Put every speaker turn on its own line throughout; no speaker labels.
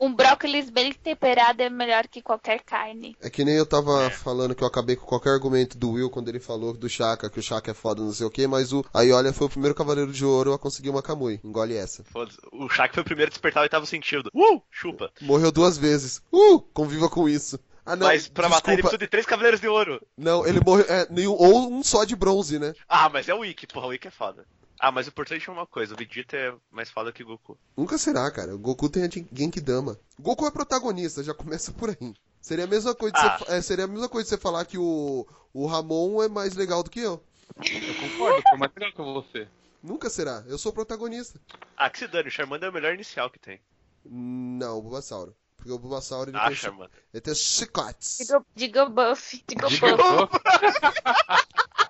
Um brócolis bem temperado é melhor que qualquer carne.
É que nem eu tava falando que eu acabei com qualquer argumento do Will quando ele falou do Chaka, que o Chaka é foda, não sei o que, mas o Aiolia foi o primeiro cavaleiro de ouro a conseguir uma Kamui. Engole essa.
Foda-se. O Shaq foi o primeiro a despertar o oitavo sentido. Uh! Chupa.
Morreu duas vezes. Uh! Conviva com isso. Ah, não.
mas pra matar ele
desculpa.
precisa de três cavaleiros de ouro.
Não, ele morreu. É, nenhum, ou um só de bronze, né?
Ah, mas é o Wiki, porra, o Wiki é foda. Ah, mas o importante é uma coisa, o Vegeta é mais foda que o Goku.
Nunca será, cara. O Goku tem a Gen- Genkidama. Goku é protagonista, já começa por aí. Seria a mesma coisa, de
Ah.
você, fa- é, seria a mesma coisa de você falar que o, o Ramon é mais legal do que eu.
Eu concordo, foi mais legal que você.
Nunca será. Eu sou protagonista.
Ah, que se dane, o Charmander é o melhor inicial que tem.
Não, o Bulbasauro. Porque o Bulbasauro ele
Ah,
tem, chi-
Charmander.
ele tem chicotes.
Diga, diga o buff. Diga o
Diga o
buff.
bluff.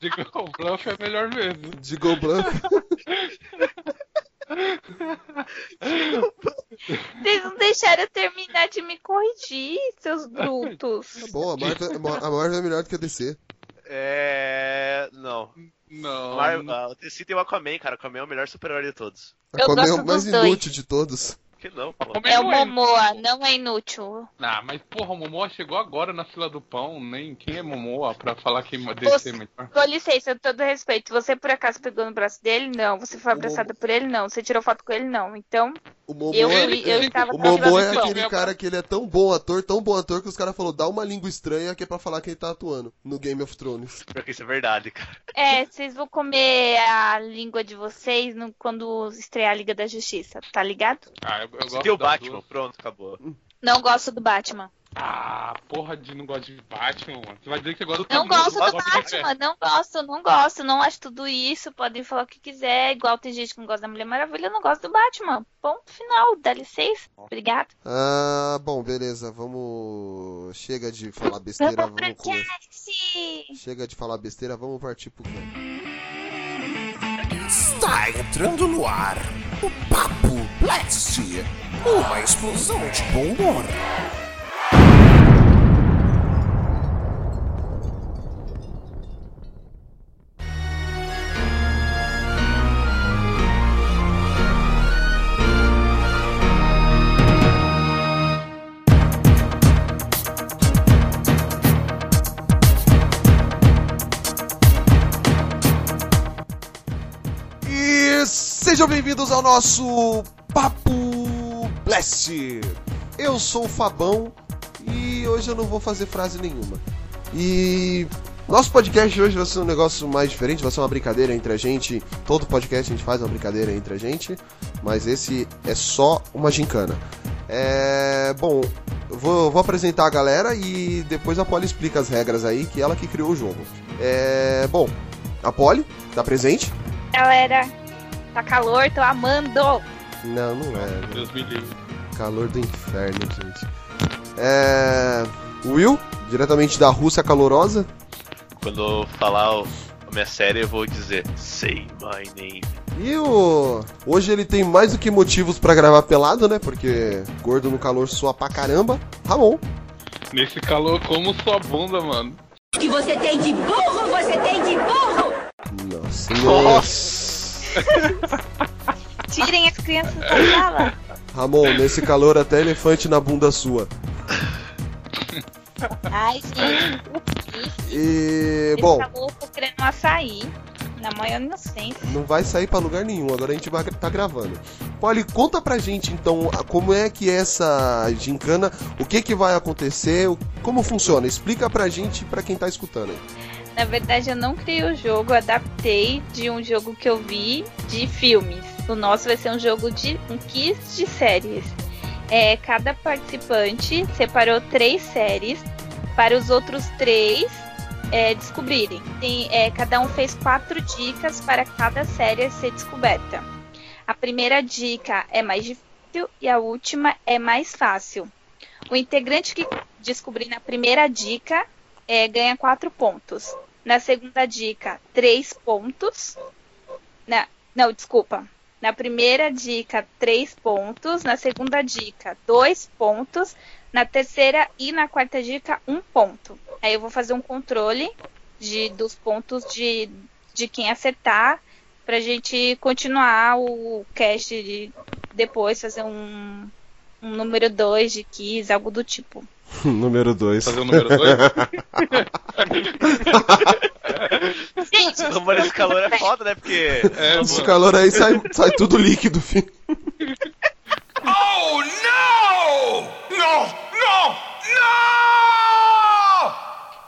Diga o bluff é melhor mesmo.
De Goblan.
Vocês não deixaram eu terminar de me corrigir, seus brutos.
tá Bom, a Marvel, a Marvel é melhor do que a DC.
É. Não.
Não.
Marvel, ah, o TC tem o Aquaman, cara. O Aquaman é o melhor super-herói de todos.
A
Eu
Aquaman é
gosto
o mais
dos dois.
inútil de todos.
Que não, pô.
Aquaman
É o
não é-
Momoa, não é inútil.
Ah, mas porra, o Momoa chegou agora na fila do pão, nem quem é Momoa pra falar que
Você-
DC é melhor.
Com licença, todo respeito. Você por acaso pegou no braço dele? Não. Você foi
O
abraçada por ele? Não. Você tirou foto com ele? Não. Então,
O Momo
eu,
é...
ele-
eu
ele-
estava
O
na fila
Momo é
do pão.
aquele cara que ele é tão bom ator, tão bom ator, que os caras falaram, dá uma língua estranha que é pra falar que ele tá atuando no Game of Thrones.
Porque isso é verdade, cara.
É, vocês vão comer a língua de vocês no- quando estrear a Liga da Justiça, tá ligado?
Ah, eu, eu
Se
gosto
tem o
das
Batman,
duas.
pronto, acabou.
Não gosto do Batman.
Ah, porra de não gosta de Batman, mano. Você vai dizer que gosta
Não
do
gosto do
Batman,
Batman, não gosto, não gosto, não acho tudo isso. Podem falar o que quiser, igual tem gente que não gosta da Mulher Maravilha, eu não gosto do Batman. Ponto final, dá licença. Obrigado.
Ah, bom, beleza, vamos... Chega de falar besteira,
Vamos
vamos
pro
comer.
cast!
Chega de falar besteira, vamos partir pro canto.
Está entrando no ar o Papo Blast, uma explosão de bom humor.
E sejam bem-vindos ao nosso Papo Blast. Eu sou o Fabão e hoje eu não vou fazer frase nenhuma. E nosso podcast hoje vai ser um negócio mais diferente, vai ser uma brincadeira entre a gente. Todo podcast a gente faz uma brincadeira entre a gente, mas esse é só uma gincana. É, bom, eu vou, vou apresentar a galera e depois a Polly explica as regras aí, que ela que criou o jogo. É, bom, a Polly tá presente?
Galera, tá calor, tô amando.
Não, não é.
Meu Deus me livre.
Calor do inferno, gente. É. Will, diretamente da Rússia calorosa.
Quando eu falar o- a minha série, eu vou dizer Say my name.
E o. Hoje ele tem mais do que motivos pra gravar pelado, né? Porque gordo no calor sua pra caramba. Ramon.
Nesse calor, como sua bunda, mano.
O que você tem de burro, você tem de burro!
Nossa.
Tirem as crianças da sala.
Ramon, nesse calor até elefante na bunda sua.
Ai, gente, o que?
E.
Esse
Bom,
calor, tô querendo um açaí. Na maior inocência.
não vai sair pra lugar nenhum, agora a gente vai, tá gravando. Polly, conta pra gente então a- como é que é essa gincana, o que que vai acontecer, o- como funciona. Explica pra gente e pra quem tá escutando aí.
Na verdade, eu não criei o jogo, eu adaptei de um jogo que eu vi de filmes. O nosso vai ser um jogo de um quiz de séries. É, cada participante separou três séries para os outros três é, descobrirem. Tem, é, cada um fez quatro dicas para cada série a ser descoberta. A primeira dica é mais difícil e a última é mais fácil. O integrante que descobrir na primeira dica é, ganha quatro pontos. Na segunda dica, três pontos. Na- não, desculpa. Na primeira dica, três pontos. Na segunda dica, dois pontos. Na terceira e na quarta dica, um ponto. Aí eu vou fazer um controle de, dos pontos de, de quem acertar pra gente continuar o cast de- depois, fazer um, um número 2 de Kiss, algo do tipo.
número 2.
Fazer o número 2?
Gente,
Não, mas esse calor é foda, né? Porque.
É,
Esse
mano.
calor aí sai, sai tudo líquido, filho.
Oh, não! Não! Não! Não!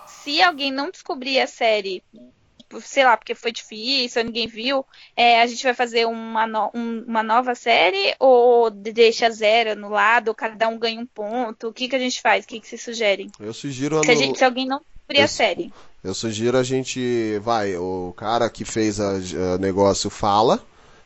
se alguém não descobrir a série, sei lá, porque foi difícil, ou ninguém viu, é, a gente vai fazer uma, no- um- uma nova série ou deixa zero no lado, ou cada um ganha um ponto? O que, que a gente faz? O que, que vocês sugerem?
Eu sugiro a
Se, a
no-
gente- se alguém não descobrir a
Isso.
série.
Eu sugiro a gente. Vai, o cara que fez o negócio fala.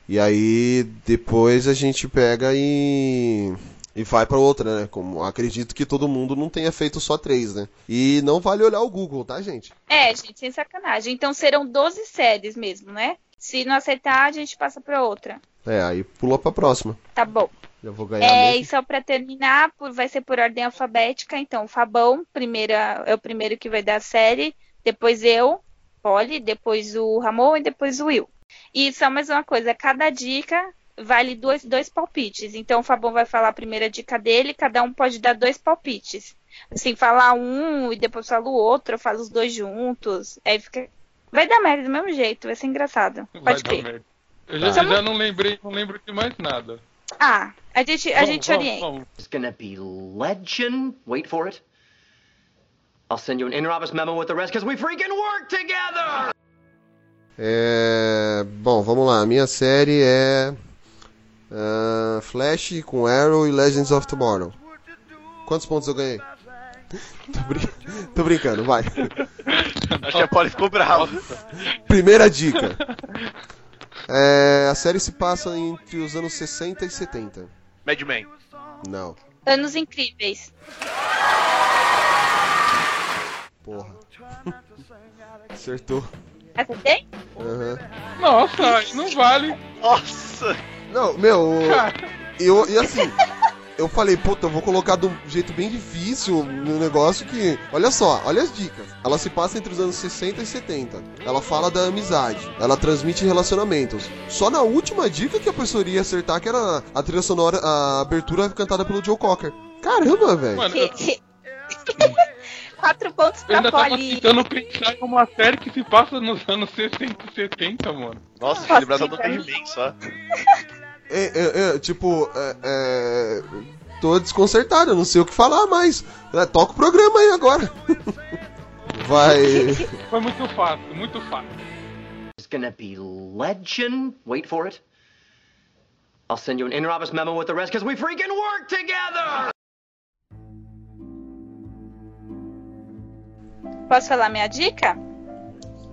E aí depois a gente pega e. E vai pra outra, né? Como acredito que todo mundo não tenha feito só três, né? E não vale olhar o Google, tá, gente?
É, gente, sem sacanagem. Então serão 12 séries mesmo, né? Se não aceitar, a gente passa pra outra.
É, aí pula pra próxima.
Tá bom.
Eu vou ganhar
É,
mesmo.
e só pra terminar, por- vai ser por ordem alfabética, então o Fabão primeira, é o primeiro que vai dar a série, depois eu, Polly, depois o Ramon e depois o Will. E só mais uma coisa, cada dica vale dois, dois palpites, então o Fabão vai falar a primeira dica dele, cada um pode dar dois palpites. Assim, falar um e depois fala o outro, fala os dois juntos, aí fica... Vai dar merda do mesmo jeito, vai ser engraçado.
Vai
Pode
dar
crer.
merda. Eu já,
Tá.
já não lembrei, não lembro de mais nada.
Ah, a gente, a gente orienta.
vamos.
It's gonna be legend. Wait for it. I'll send you an in-office memo with the rest because we freaking work together.
É, Bom, vamos lá. A minha série é. ah, Flash com Arrow e Legends of Tomorrow. Quantos pontos eu ganhei? Tô, brin- Tô brincando, vai.
Acho que a Polly ficou brava.
Primeira dica. É, a série se passa entre os anos 60 e 70.
Mad Men.
Não,
Anos incríveis.
porra. Acertou.
Acertei?
Aham.
Nossa, aí não vale.
Nossa!
Não, meu. Eu, e assim, eu falei, puta, eu vou colocar de um jeito bem difícil no negócio que. Olha só, olha as dicas. Ela se passa entre os anos 60 e 70. Ela fala da amizade. Ela transmite relacionamentos. Só na última dica que a pessoa iria acertar, que era a trilha sonora, a abertura cantada pelo Joe Cocker. Caramba, velho.
Mano, eu,
Que- Quatro pontos
eu ainda
pra
tava
Poli.
tentando pensar em uma série que se passa nos anos 60 e 70, mano.
Nossa,
Nossa,
tinha lembrado do
cara.
Mad Men só.
É, é, é, tipo, é, é, tô desconcertado, eu não sei o que falar mais. É, toca o programa aí agora. Vai.
Foi muito fácil, muito fácil.
It's gonna be legend. Wait for it. I'll send you an in-office memo with the rest because we freaking work together.
Posso falar minha dica?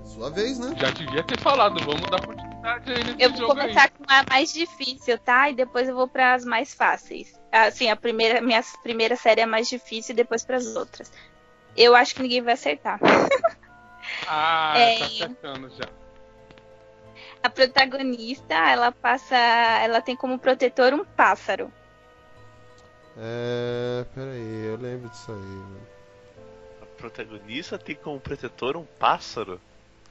Sua vez, né?
Já devia ter falado, vamos dar continuidade aí nesse
Eu vou
jogo
começar com a mais difícil, tá? E depois eu vou para as mais fáceis. Assim, a primeira, minha primeira série é mais difícil e depois para as outras. Eu acho que ninguém vai acertar.
aí. Ah,
É.
tá acertando já.
A protagonista, ela passa, ela tem como protetor um pássaro.
É. Peraí, eu lembro disso aí, mano.
A protagonista tem como protetor um pássaro?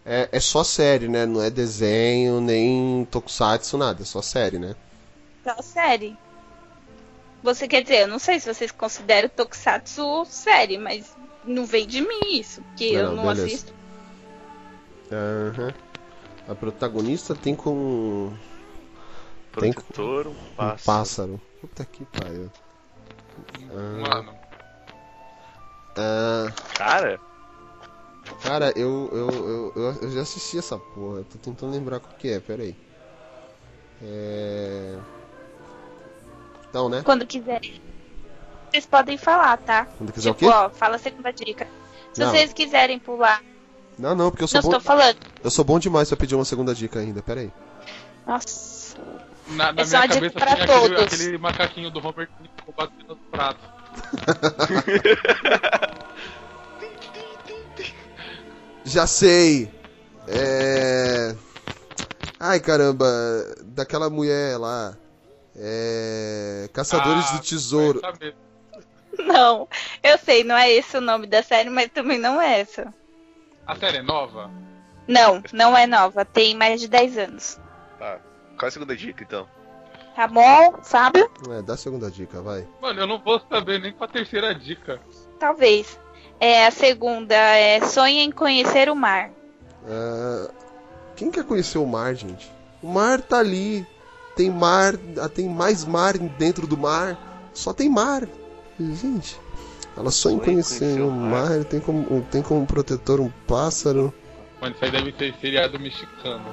É, é só série, né? Não é desenho, nem tokusatsu, nada. É só série, né?
Qual série? Você quer dizer, eu não sei se vocês consideram Tokusatsu série, mas não vem de mim isso, porque eu
Não,
não
beleza.
assisto.
Aham. A protagonista tem com um Tem que-
Protetor, um pássaro.
pássaro. Puta que pariu.
Mano,
Ah,
Cara,
cara, eu, eu, eu, eu, eu já assisti essa porra. Eu tô tentando lembrar qual que é, peraí. É. Então, né?
Quando quiserem, vocês podem falar, tá?
Quando quiser o
tipo,
quê?
ó, fala a segunda dica. Se
Não.
vocês quiserem pular,
Não, não, porque eu
não
sou
estou
bom.
falando.
Eu sou bom demais pra pedir uma segunda dica ainda, peraí.
Nossa.
na, na
Essa é
minha
uma dica
cabeça
pra
tem aquele,
todos.
aquele macaquinho do Robert Nico batendo nos pratos.
Já sei! É. Ai caramba, daquela mulher lá. É. Caçadores
Ah,
do Tesouro.
Vai saber.
Não, eu sei, não é esse o nome da série, mas também não é essa.
A série é nova?
Não, não é nova, tem mais de 10 anos.
qual é a segunda dica então?
Tá bom, Fábio?
É, dá a segunda dica, vai.
Mano, eu não vou saber nem com a terceira dica.
Talvez. É, a segunda é Sonha em Conhecer o Mar.
Ah, quem quer conhecer o mar, gente? O mar tá ali. Tem mar, ah, tem mais mar dentro do mar. Só tem mar. Gente, ela só em
Sonha em
conhecer o mar, tem como, tem como protetor um pássaro.
Mano, isso aí deve ser seriado mexicano.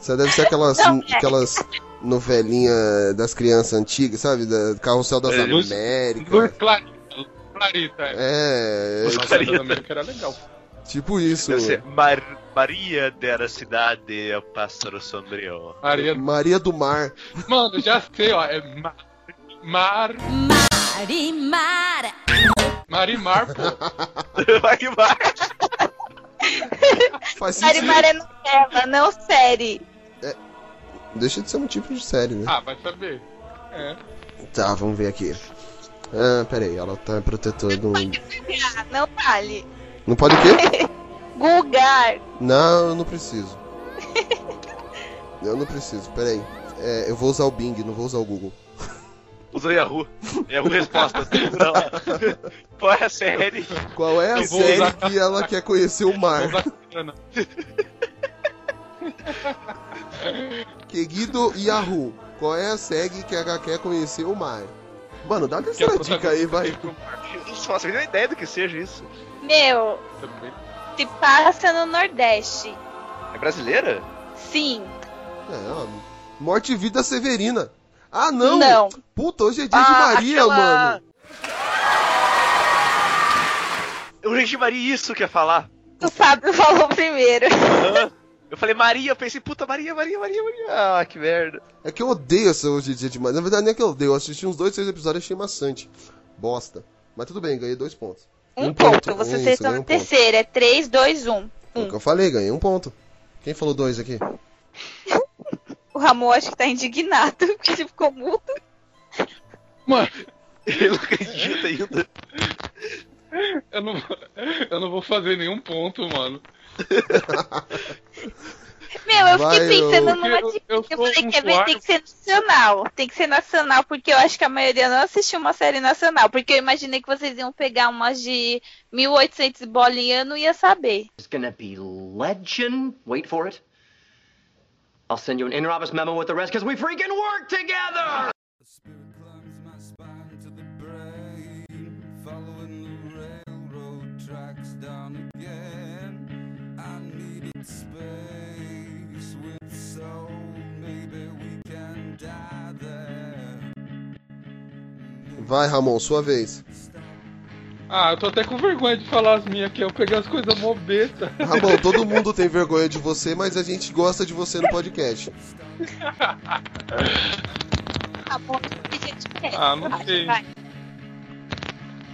Isso deve ser aquelas,
Não, é.
aquelas novelinhas das crianças antigas, sabe? Da Carrossel das
É,
Luz-
Américas.
Luz Clarita. Luz Clarita. é.
É,
Luz
Nossa,
Clarita.
essa também que era legal.
é tipo isso.
Deve ser Mar Maria da Cidade, é o Pássaro Sombrio.
Maria...
Maria do Mar.
Mano, já sei, ó. É Mar... Mar...
Marimara.
Marimar, pô.
Vai que vai!
Faz
Série
sentido.
Mar é novela, não série.
Deixa de ser um tipo de série, né?
Ah, vai saber. É.
Tá, vamos ver aqui. Ah, peraí, ela tá protetora do.
Ah, Não vale.
Não pode o quê?
Gugar.
Não, eu não preciso. Eu não preciso, peraí. É, eu vou usar o Bing, não vou usar o Google.
Usa o Yahoo. Yahoo Respostas. Não. Qual é a série?
Qual é a
Eu vou
série
usar-
que ela quer conhecer o
Vamos
mar?
dar grana.
Querido Yahoo, qual é a série que ela quer conhecer o mar? Mano, dá a
Que é
terceira dica aí, vai.
Nossa, não tenho ideia do que seja isso.
Meu,
Também.
se passa no Nordeste.
É brasileira?
Sim.
É, ó, Morte e Vida Severina. Ah, não!
Não.
Puta, hoje é dia de
Ah,
Maria,
aquela-
mano!
Eu gente Maria, isso que eu ia falar.
O Fábio falou primeiro.
Hã? Eu falei Maria, eu pensei, puta Maria, Maria, Maria, Maria. Ah, que merda.
É que eu odeio essa hoje em dia demais. Na verdade, nem é que eu odeio. Eu assisti uns dois, três episódios e achei maçante. Bosta. Mas tudo bem, ganhei dois pontos.
Um,
Um
ponto.
ponto,
Você
isso,
Vocês estão
ganhou
na
um ponto.
terceira. É um. 3, 2, 1.
Foi o que eu falei, ganhei um ponto. Quem falou dois aqui?
O Ramon acho que tá indignado, porque ele ficou mudo.
Mano,
Eu não acredito ainda.
eu não, eu não vou fazer nenhum ponto, mano.
Meu, eu
Vai,
fiquei pensando
eu-
numa
eu-
dica.
eu
Eu,
sou
falei
um
que é
usuário-
tem que ser nacional. Tem que ser nacional, porque eu acho que a maioria não assistiu uma série nacional. Porque eu imaginei que vocês iam pegar umas de 1800 bolinha, eu não ia saber.
It's gonna be legend. Wait for it. I'll send you an in office memo with the rest because we freaking work together!
Vai, Ramon, sua vez.
Ah, eu tô até com vergonha de falar as minhas aqui. Eu peguei as coisas mó besta.
Ramon, todo mundo tem vergonha de você, mas a gente gosta de você no podcast.
Tá bom, que a gente quer.
Ah, não
Vai,
sei.
vai.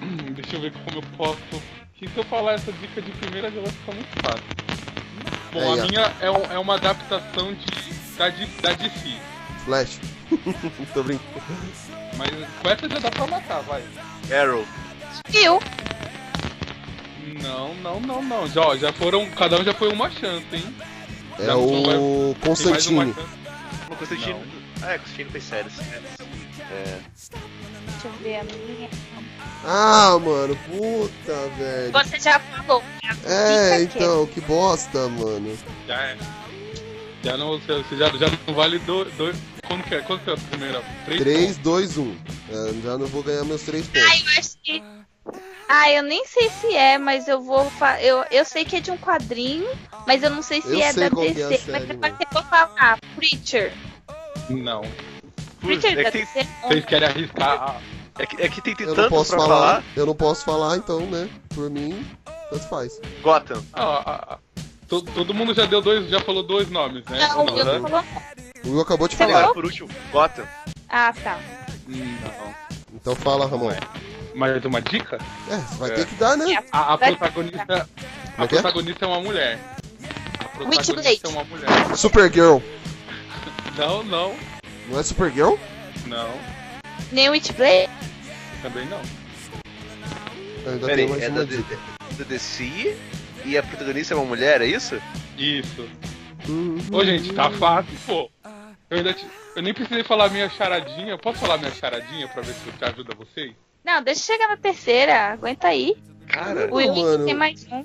Hum, Deixa eu ver como eu posso. Que se eu falar essa dica de primeira já vai ficar muito fácil. Bom,
Aí,
a
ó.
minha é, um- é uma adaptação de, da, D- da DC.
Flash. Tô brincando.
Mas com essa já dá pra matar, vai.
Arrow.
Viu?
Não, não, não, não. Já, ó, já foram. Cada um já foi uma chance, hein?
É
Já não vai-
o
Tem mais uma
Constantino.
chance.
Uma coisa de. Ah, é, Constantino tem séries. É.
Deixa eu ver a minha.
Ah, mano, puta, velho.
Você já falou.
É,
Fica
então, que bosta, mano.
Já é. Já não, você já, já não vale do- dois. Como que é? Quanto que é a primeira? Três?
3, 2, 1. É, Já não vou ganhar meus três
Ah,
pontos.
eu acho que. Ah, eu nem sei se é, mas eu vou. fa- Eu, eu sei que é de um quadrinho, mas eu não sei se
Eu
é
sei
da
qual que é a
DC.
série,
mas eu
mano.
que eu vou falar. Preacher.
Não.
Putz,
Preacher
é,
da
que tem,
DC.
Vocês querem arriscar a-
é, que, é que tem
Eu não
tanto pra
posso falar.
falar.
Eu não posso falar, então, né? Por mim, tanto faz.
Gotham.
Ah, ah, ah. To- todo mundo já deu dois, já falou dois nomes, né?
Não,
Ou
eu
né?
não falo.
O Will acabou de
Você
falar.
Claro, por último, Gotham.
Ah, tá.
Hum, não.
Então fala, Ramon.
É. Mais uma dica?
É, você vai
É.
ter que dar, né?
A, a
Vai-
protagonista.
Como
A
é que é?
protagonista é uma mulher. A
Blade.
protagonista é uma mulher.
Supergirl.
Não, não,
Não é Supergirl?
não.
Nem Witchblade?
Também não.
Eu ainda
Peraí,
tenho mais um
é
uma
da,
dica.
D- da DC e a protagonista é uma mulher, é isso?
Isso. Ô, gente, tá fácil, pô. Eu ainda te... Eu nem precisei falar minha charadinha. Eu posso falar minha charadinha pra ver se eu te ajuda vocês?
Não, deixa chegar na terceira. Aguenta aí.
Cara,
O Henrique
mano.
tem mais um.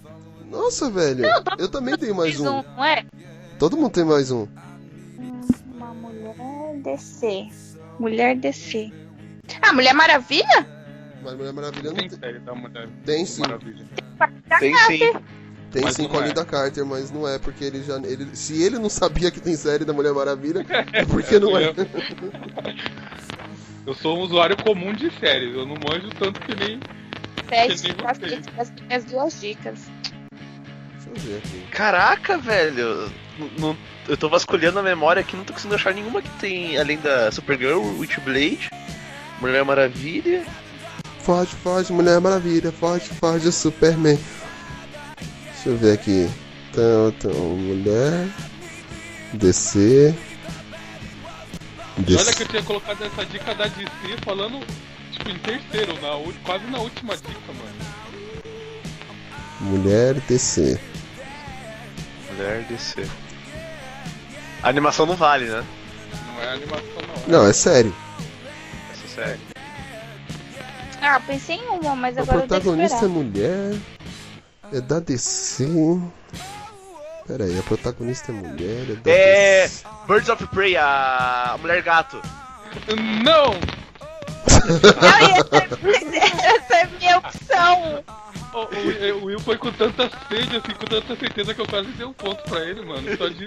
Nossa, velho.
Não, todo
eu também
mundo
tenho mais um.
Não é?
Todo mundo tem mais um.
Uma mulher DC. Mulher DC. Ah, Mulher Maravilha?
Mas Mulher Maravilha não
Tem
tem.
série da Mulher
Tem sim.
Maravilha.
Tá
tem sim.
Tem
Mas
sim
um,
não
com a
é.
Linda Carter, mas não é, porque ele já. Ele, se ele não sabia que tem série da Mulher Maravilha, é porque não é.
Eu sou um usuário comum de séries. Eu não manjo tanto que nem.
Pede
Eu nem
pra
gostei.
assistir as minhas duas dicas.
Deixa eu ver aqui.
Caraca, velho. N- não- eu tô vasculhando a memória aqui, não tô conseguindo achar nenhuma que tem, além da Supergirl, Witchblade, Mulher Maravilha.
Foge, foge, Mulher Maravilha, foge, foge, Superman. Deixa eu ver aqui. Então, então, mulher. DC.
E Olha que eu
DC.
tinha colocado essa dica da DC falando, tipo, em terceiro, na, ú- quase na última dica, mano.
Mulher DC.
Mulher DC. A animação não vale, né?
Não é animação, não.
Não, é sério.
Essa série.
Ah, pensei em uma, mas
O
agora eu tenho que
protagonista é
esperar.
mulher. É da DC. Pera aí, a protagonista é mulher, é da
É.
DC.
Birds of Prey, a Mulher Gato.
Não!
Não, e essa, é essa é a minha opção.
O, o- o Will foi com tanta sede, assim, com tanta certeza que eu quase dei um ponto pra ele, mano. Só de.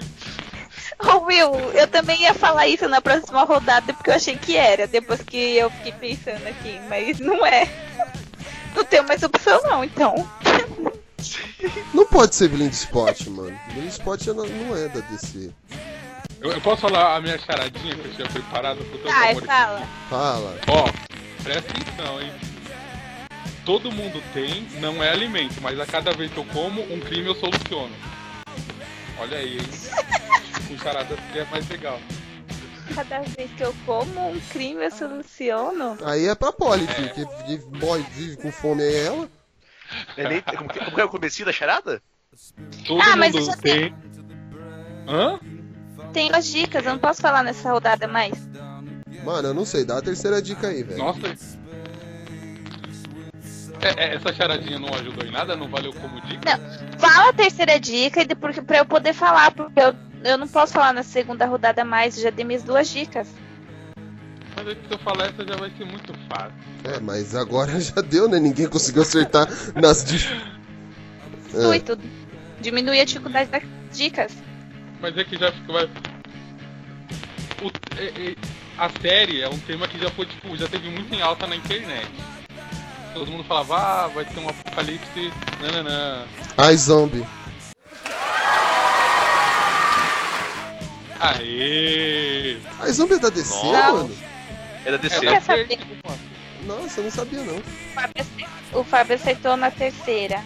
Ô Will, eu também ia falar isso na próxima rodada porque eu achei que era, depois que eu fiquei pensando aqui, mas não é. Não tenho mais opção não, então.
Não pode ser Blind Spot, mano. Blind Spot ela não é da DC.
Eu, eu posso falar a minha charadinha que eu tinha preparado com tanto
Ai,
amor e
fala.
Fala.
Ó, presta atenção, hein? Todo mundo tem, não é alimento, mas a cada vez que eu como, um crime eu soluciono. Olha aí, hein? Com charada que é mais legal.
Cada vez que eu como um crime eu soluciono.
Aí é pra Polly, filho, que vive- boy vive com fome é ela.
É nem- como, que, como que é o comecinho da charada?
Todo
Ah,
mundo
mas eu já
tem. Hã?
Tenho as dicas, eu não posso falar nessa rodada mais.
Mano, eu não sei, dá a terceira dica aí, velho.
Nossa. É, é, essa charadinha não ajudou em nada, não valeu como dica?
Fala a terceira dica e depois pra eu poder falar, porque eu, eu não posso falar na segunda rodada mais, eu já dei minhas duas dicas.
Mas aí se eu falar essa já vai ser muito fácil.
É, mas agora já deu, né? Ninguém conseguiu acertar nas dicas. Ah,
Intuito. Diminui a dificuldade das dicas.
Mas é que já fica. Vai... O- é- é- a série é um tema que já foi, tipo, já teve muito em alta na internet. Todo mundo falava, ah, vai ter um apocalipse, nananã.
Ai, zombie.
Aê! tá
Ai, zombie é da DC,
Nossa.
mano?
É da DC.
É.
da
quer saber?
Verde, mano.
Nossa, eu não sabia não.
O Fábio ace- O Fábio aceitou na terceira.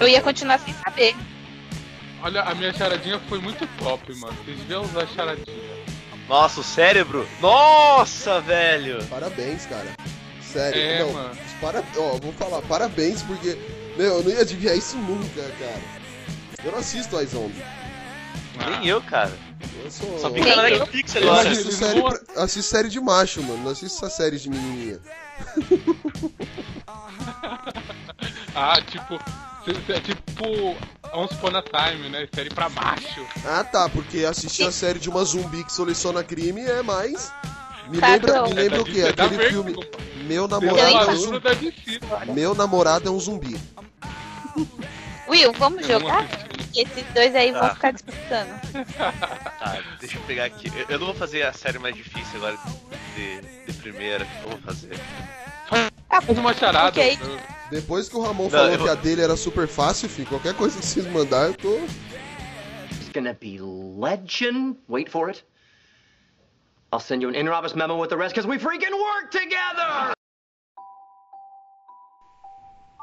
Eu ia continuar sem saber.
Olha, a minha charadinha foi muito top, mano. Vocês deviam usar a charadinha.
Nossa, o cérebro. Nossa, velho.
Parabéns, cara. Sério,
É,
não.
mano.
Para... Ó, vou falar, parabéns, porque. Meu, eu não ia adivinhar isso nunca, cara. Eu não assisto a Zombie.
Nem eu, cara.
Eu sou.
Só fica na
Nem eu.
Netflix
Eu
agora.
assisto
Eles
série,
voam.
pra- assisto série de macho, mano. Não assisto essa série de menininha.
Ah, tipo. cê- cê- É tipo. Once Upon a Time, né? Série pra macho.
Ah, tá. Porque assistir a série de uma zumbi que soluciona crime é mais... Me
Tá
lembra,
bom.
me
É
lembra
da
o quê?
Disney, da
Aquele
Verde,
filme...
compa-
Meu
Eu
namorado, é um
ainda-
Pelo
zumbi.
da né? DC.
Meu namorado é um zumbi.
Will, vamos
Eu não
jogar?
assisti.
Esses dois aí vão
Tá.
ficar disputando.
Tá, deixa eu pegar aqui. Eu, eu não vou fazer a série mais difícil agora de, de primeira. O que eu vou fazer?
Faz uma charada.
Ok.
eu-
Depois que o Ramon
Não,
falou
eu-
que a dele era super fácil, filho, qualquer coisa que vocês mandar, eu tô...
It's gonna be legend. Wait for it. I'll send you an in-robus memo with the rest because we freaking work together!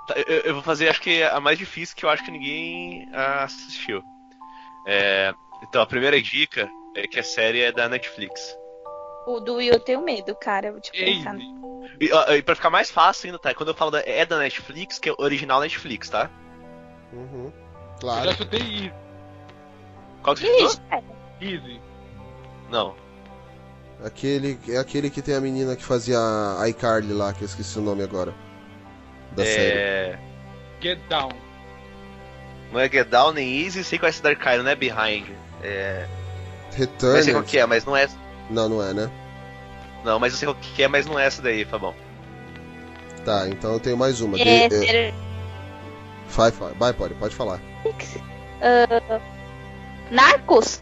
Tá, eu, eu vou fazer, acho que a mais difícil que eu acho que ninguém ah, assistiu. É, então, a primeira dica é que a série é da Netflix.
O do Will eu tenho medo, cara. Eu vou te
Ei,
pensar.
E, ó, e pra ficar mais fácil ainda, tá? Quando eu falo da, é da Netflix, que é original Netflix, tá?
Uhum.
eu
Claro.
já chutei
Qual que você
Ih,
chutou?
já era.
Easy.
Não.
Aquele, é aquele que tem a menina que fazia a a iCarly lá, que eu esqueci o nome agora. Da série.
É...
Get Down.
Não é Get Down nem Easy, sei qual é essa da Arcaio, não é Behind. É... Não sei qual
Returned?
que é, mas não é.
Não, não é, né?
Não, mas eu sei qual que é, mas não é essa daí, Fabão.
Tá, então eu tenho mais uma.
É,
De- é,
ser-
Vai, vai, vai, pode, pode falar.
Ah, Narcos?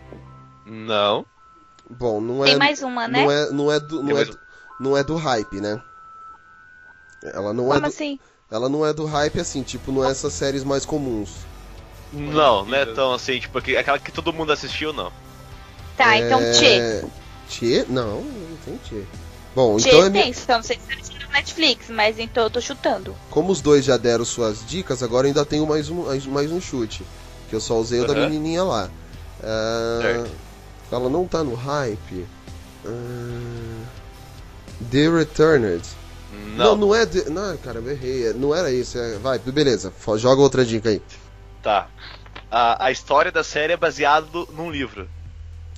Não.
Bom, não é.
Tem mais uma, né?
não é, não é do, não
Tem
é,
mais um.
do- não é do hype, né? Ela não é,
Como
do,
assim?
ela não é do hype assim, tipo, não é essas séries mais comuns.
Não, não é tão assim, tipo, que- aquela que todo mundo assistiu, não.
Tá, então Tchê.
É... Tchê? Não, não tem Tchê. Bom,
Tchê
então é
tem,
mi-
só não sei se tá no Netflix, mas então eu tô chutando.
como os dois já deram suas dicas, agora ainda tenho mais um, mais- mais um chute. Que eu só usei o da
Aham.
menininha lá. Ah,
Certo.
Ela não tá no hype. Ah, The Returned. Não,
Não,
não, é. The... Não, caramba, errei. É- Não era isso. é- Vai, beleza. fo- Joga outra dica aí.
tá. A, a história da série é baseada no- num livro.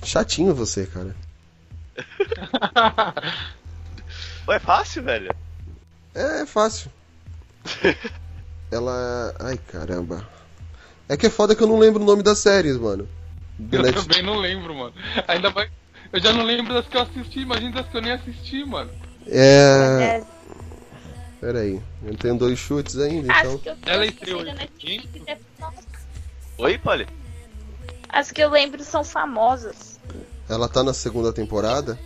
Chatinho você, cara.
Ué, é fácil, velho.
É, é fácil. Ela. Ai, caramba. É que é foda que eu não lembro o nome das séries, mano. Do
Eu
Net-
também não lembro, mano. Ainda mais. Eu já não lembro das que eu assisti, imagina das que eu nem assisti, mano.
É.
É,
Peraí. Eu tenho dois chutes ainda,
As
então.
que eu
Ela
acho que
estreou
seja
em
Netflix,
quinto?
é famosa.
Oi, Polly?
As que eu lembro são famosas.
Ela tá na segunda temporada.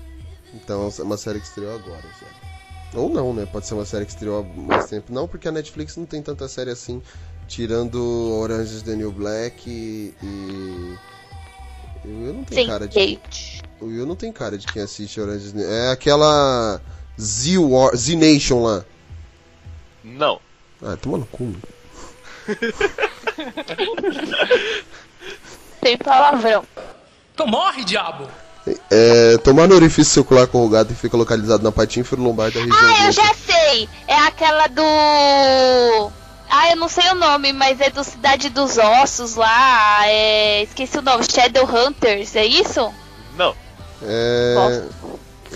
Então é uma série que estreou agora. já. Ou não, né? Pode ser uma série que estreou há mais tempo. Não, porque a Netflix não tem tanta série assim. Tirando Orange is the New Black e. e... O Will não tem
Sim,
cara de.
Kate.
O Will não tem cara de quem assiste Orange is the New É aquela. Z, War... Z Nation lá.
Não.
Ah, toma no cu. meu.
Tem palavrão.
Então morre, diabo!
É. Tomar no orifício circular corrugado e fica localizado na patinfero lombar da região.
Ah, eu
glútea.
já sei! É aquela do. Ah, eu não sei o nome, mas é do Cidade dos Ossos lá. É... Esqueci o nome. Shadowhunters, é isso?
Não.
É.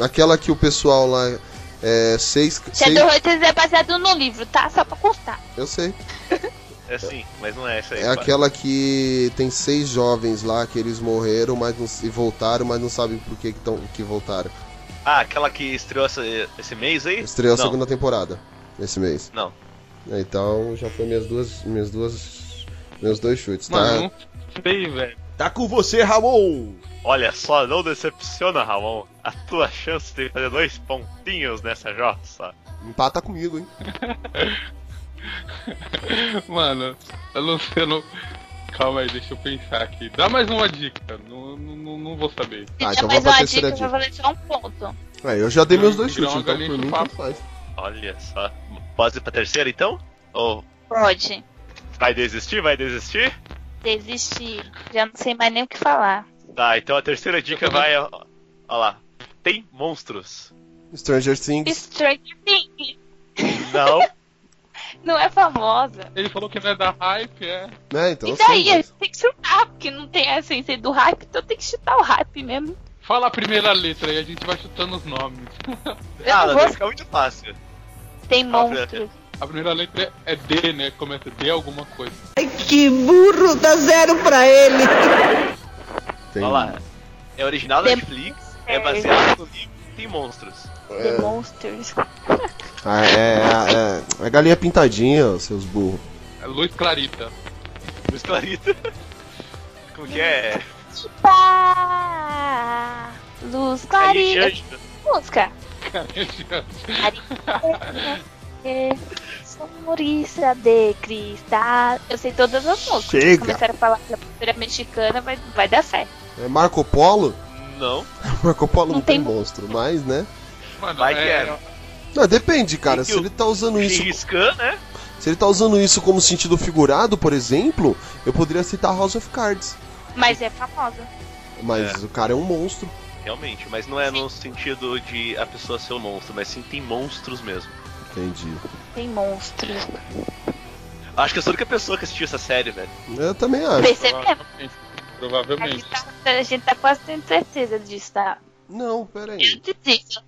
Aquela que o pessoal lá. É. Seis. seis...
Shadowhunters é baseado no livro, tá? Só pra constar.
Eu sei.
É sim, mas não é essa aí.
É
Polly.
aquela que tem seis jovens lá que eles morreram mas não, e voltaram, mas não sabem por que, que, tão, que voltaram.
Ah, aquela que estreou essa- esse mês aí?
Estreou a
não.
segunda temporada esse mês.
Não.
Então já foi minhas duas. Minhas duas. Meus dois chutes, tá?
Mano, não sei, velho.
Tá com você, Ramon!
Olha só, não decepciona, Ramon. A tua chance de fazer dois pontinhos nessa jossa.
Empata comigo, hein?
Mano, eu não sei, eu não. Calma aí, deixa eu pensar aqui. Dá mais uma dica, não, não, não- não vou saber.
Se
Ah,
der
então
mais
vamos pra
uma
terceira
dica, eu vou valer só um ponto.
É, eu já dei meus dois
Tirar
chutes,
uma
então
galinha
por
de
mim
papo.
tanto faz.
Olha só. Pode ir pra terceira então? Ou
Pode.
vai desistir? Vai desistir?
Desistir. Já não sei mais nem o que falar.
Tá, então a terceira dica
Eu também.
vai. Olha lá. Tem monstros.
Stranger Things.
Stranger Things
Não.
não é famosa.
Ele falou que não é da hype, é.
Né, então
e
eu
daí?
sei,
A
mas-
gente tem que chutar, porque não tem a essência do hype, então tem que chutar o hype mesmo.
Fala a primeira letra e a gente vai chutando os nomes.
Eu não
Ah, não,
vou...
vai ficar muito fácil.
Tem
Fala pra-
monstros.
A primeira letra é é D, né? Começa D alguma coisa.
Que burro, dá zero pra ele.
Tem-
Olha lá. É original da
Tem-
Netflix, é baseado no livro Tem Monstros.
The Monsters.
Ah, é, é, é, é galinha pintadinha, ó, seus burros.
É Luz Clarita.
Luiz Clarita. Como que é?
Pá! Luz
É
clarinha.
Ligiane.
Música.
Cara,
É, sou humorista de cristal. Eu sei todas as músicas.
Chega.
Começaram a falar que a cultura mexicana vai, vai dar certo.
É Marco Polo?
Não.
Marco Polo não,
Não
tem
tem-
monstro, mas, né?
Mano,
Vai que
é,
era.
Não, depende, cara. Se
Tem
ele tá usando isso.
Gengis Khan, né?
Se ele tá usando isso como sentido figurado, por exemplo, eu poderia citar House of Cards.
Mas é famosa.
Mas o cara é um monstro.
Realmente, mas não é no sentido de a pessoa ser um monstro, mas sim tem monstros mesmo.
Entendi.
Tem monstros.
Acho que eu sou a única pessoa que assistiu essa série, velho.
Eu
é
também acho. é
Percebemos?
Provavelmente. Provavelmente.
A gente tá quase tendo certeza disso, tá?
Não, pera aí.
Desisto.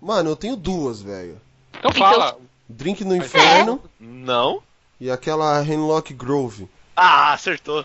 Mano, eu tenho duas, velho.
Então fala.
Drink no Inferno
Não?
e aquela Hemlock Grove,
Ah, acertou.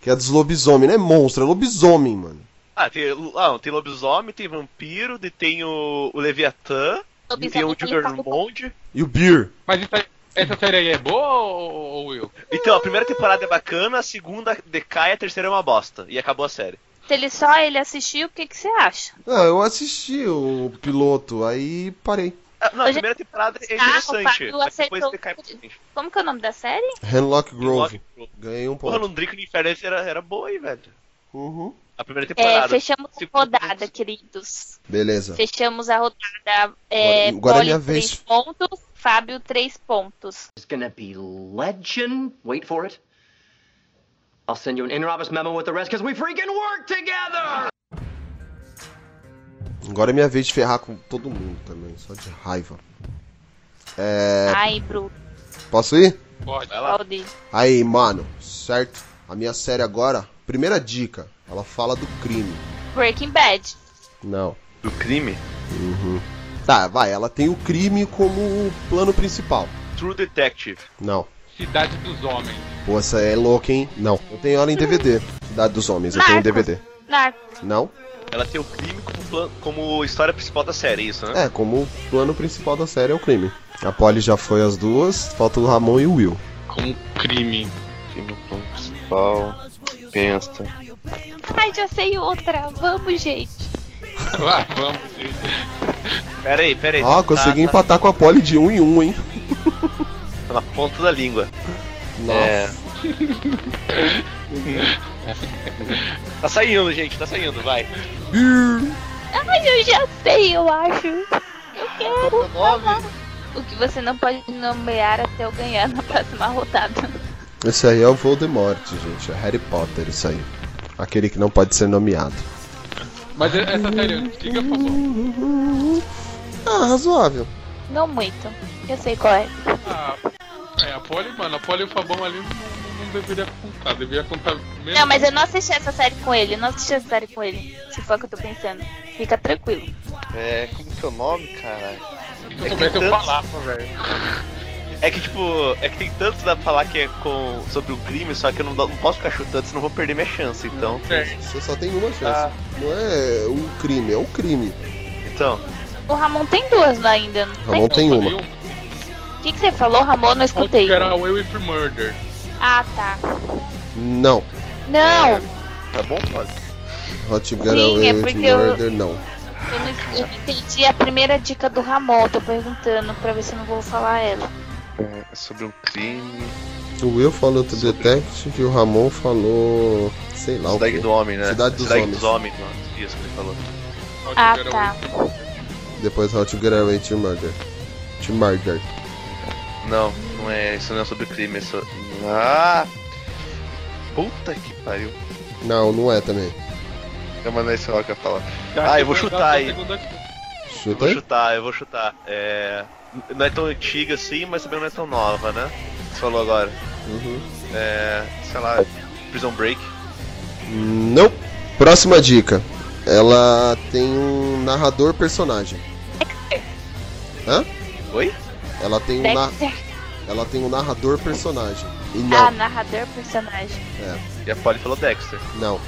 que é dos lobisomem, não é monstro, é lobisomem, mano.
Ah, tem, ah, tem lobisomem, tem vampiro, de- tem o, o Leviatã,
Lobisomem
tem é o
tem
Juggernaut.
E o Beer.
Mas isso aí- essa série aí é boa ou, ou Will?
Então, a primeira temporada é bacana, a segunda decai, a terceira é uma bosta. E acabou a série.
Se ele só ele assistiu, o que, que você acha?
Ah, eu assisti o piloto, aí parei.
Ah, Não, a
Hoje-
primeira temporada é
Ah,
interessante,
o Fábio
mas depois
acertou
decai pra
tudo.
frente.
Como que é o nome da série?
Hemlock
Logo,
Grove. Ganhei um
Porra,
ponto.
no Drink no Inferno esse era, era boa, hein, velho.
Uhum.
A primeira
É,
temporada.
fechamos a
Se-
rodada, queridos.
Beleza.
Fechamos a rodada. É,
Agora- agora é minha
Poli, três
vez.
pontos, Fábio, três pontos.
It's gonna be legend. Wait for it. I'll send you an in office memo with the rest because we freaking work together!
Agora é minha vez de ferrar com todo mundo também, só de raiva. É.
Ai, Bruno,
Posso ir?
Pode.
Vai lá.
Aldi.
Aí, mano, certo? A minha série agora, primeira dica, ela fala do crime.
Breaking Bad.
Não.
Do crime?
Tá, vai, ela tem o crime como o plano principal.
True Detective.
Não.
Cidade dos Homens.
Pô, essa é louca, hein? Não. Eu tenho ela em DVD. Cidade dos Homens, eu tenho um em
Narcos.
DVD.
Narcos.
Não?
Ela tem o crime como, plan- como história principal da série, isso, né?
É, como o plano principal da série é o crime. A Polly já foi as duas, falta o Ramon e o Will.
Como crime.
Crime como principal. Pensa.
Ai, já sei outra. Vamos, gente.
Vai, vamos. gente.
Pera aí, pera aí.
Ah, consegui empatar com a Polly de um em um, hein?
Tá na ponta da língua.
Nossa.
É. tá saindo, gente, tá saindo, vai.
Ai, eu já sei, eu acho. Eu quero.
Nove.
O que você não pode nomear até eu ganhar na próxima rodada.
Esse aí é o Voldemort, gente. É Harry Potter, isso aí. Aquele que não pode ser nomeado.
Mas essa série é antiga, por favor.
Ah, razoável.
Não muito. Eu sei qual é.
Ah, é, a Polly, mano, a Polly e o Fabão ali não, não deveria contar, deveria contar mesmo.
Não, mas eu não assisti essa série com ele. Eu não assisti essa série com ele. Se for o que eu tô pensando. Fica tranquilo.
É, como que é o nome, caralho?
Se eu soubesse, eu
tantos-
falava, velho.
É que tipo, é que tem tanto pra falar que é com, sobre o crime, só que eu não, dou- não posso ficar chutando, senão eu vou perder minha chance, então.
É,
Você só tem uma chance.
Ah.
Não é um crime, é um crime.
Então,
O Ramon tem duas lá ainda. não
Ramon tem
eu falei
uma.
um,
O que, que você falou, Ramon? Eu Não
outro
escutei.
que era Away with Murder.
Ah, tá.
Não.
Não,
É.
tá bom, pode.
Hot Gun
Sim,
Away
é
with
porque eu-
Murder, não.
eu não eu não entendi a primeira dica do Ramon. Tô perguntando pra ver se eu não vou falar ela.
É sobre um crime.
O Will falou do Detective e o Ramon falou. Sei lá o
Cidade
quê.
do Homem, né?
Cidade dos
dos Homens, mano. Isso que ele falou.
Outro
Ah,
que era
tá.
um
Away-
Depois Hot Gun Away with Murder. To Murder.
Não, não é. Isso não é sobre crime, é sobre. Ah! Puta que pariu.
Não, não é também.
Eu mandei esse lá que eu ia falar.
Já
Ah, eu vou
que
chutar aí.
segunda-
Chuta
Vou
aí.
chutar, eu vou chutar. É. n- Não é tão antiga assim, mas também não é tão nova, né? Você falou agora.
Uhum.
É. Sei lá, Prison Break.
Não. Próxima dica. Ela tem um narrador personagem. Hã?
Oi?
Ela tem um, na...
Dexter.
Ela tem um narrador personagem. E não,
Ah, narrador personagem.
E a Polly falou Dexter.
não.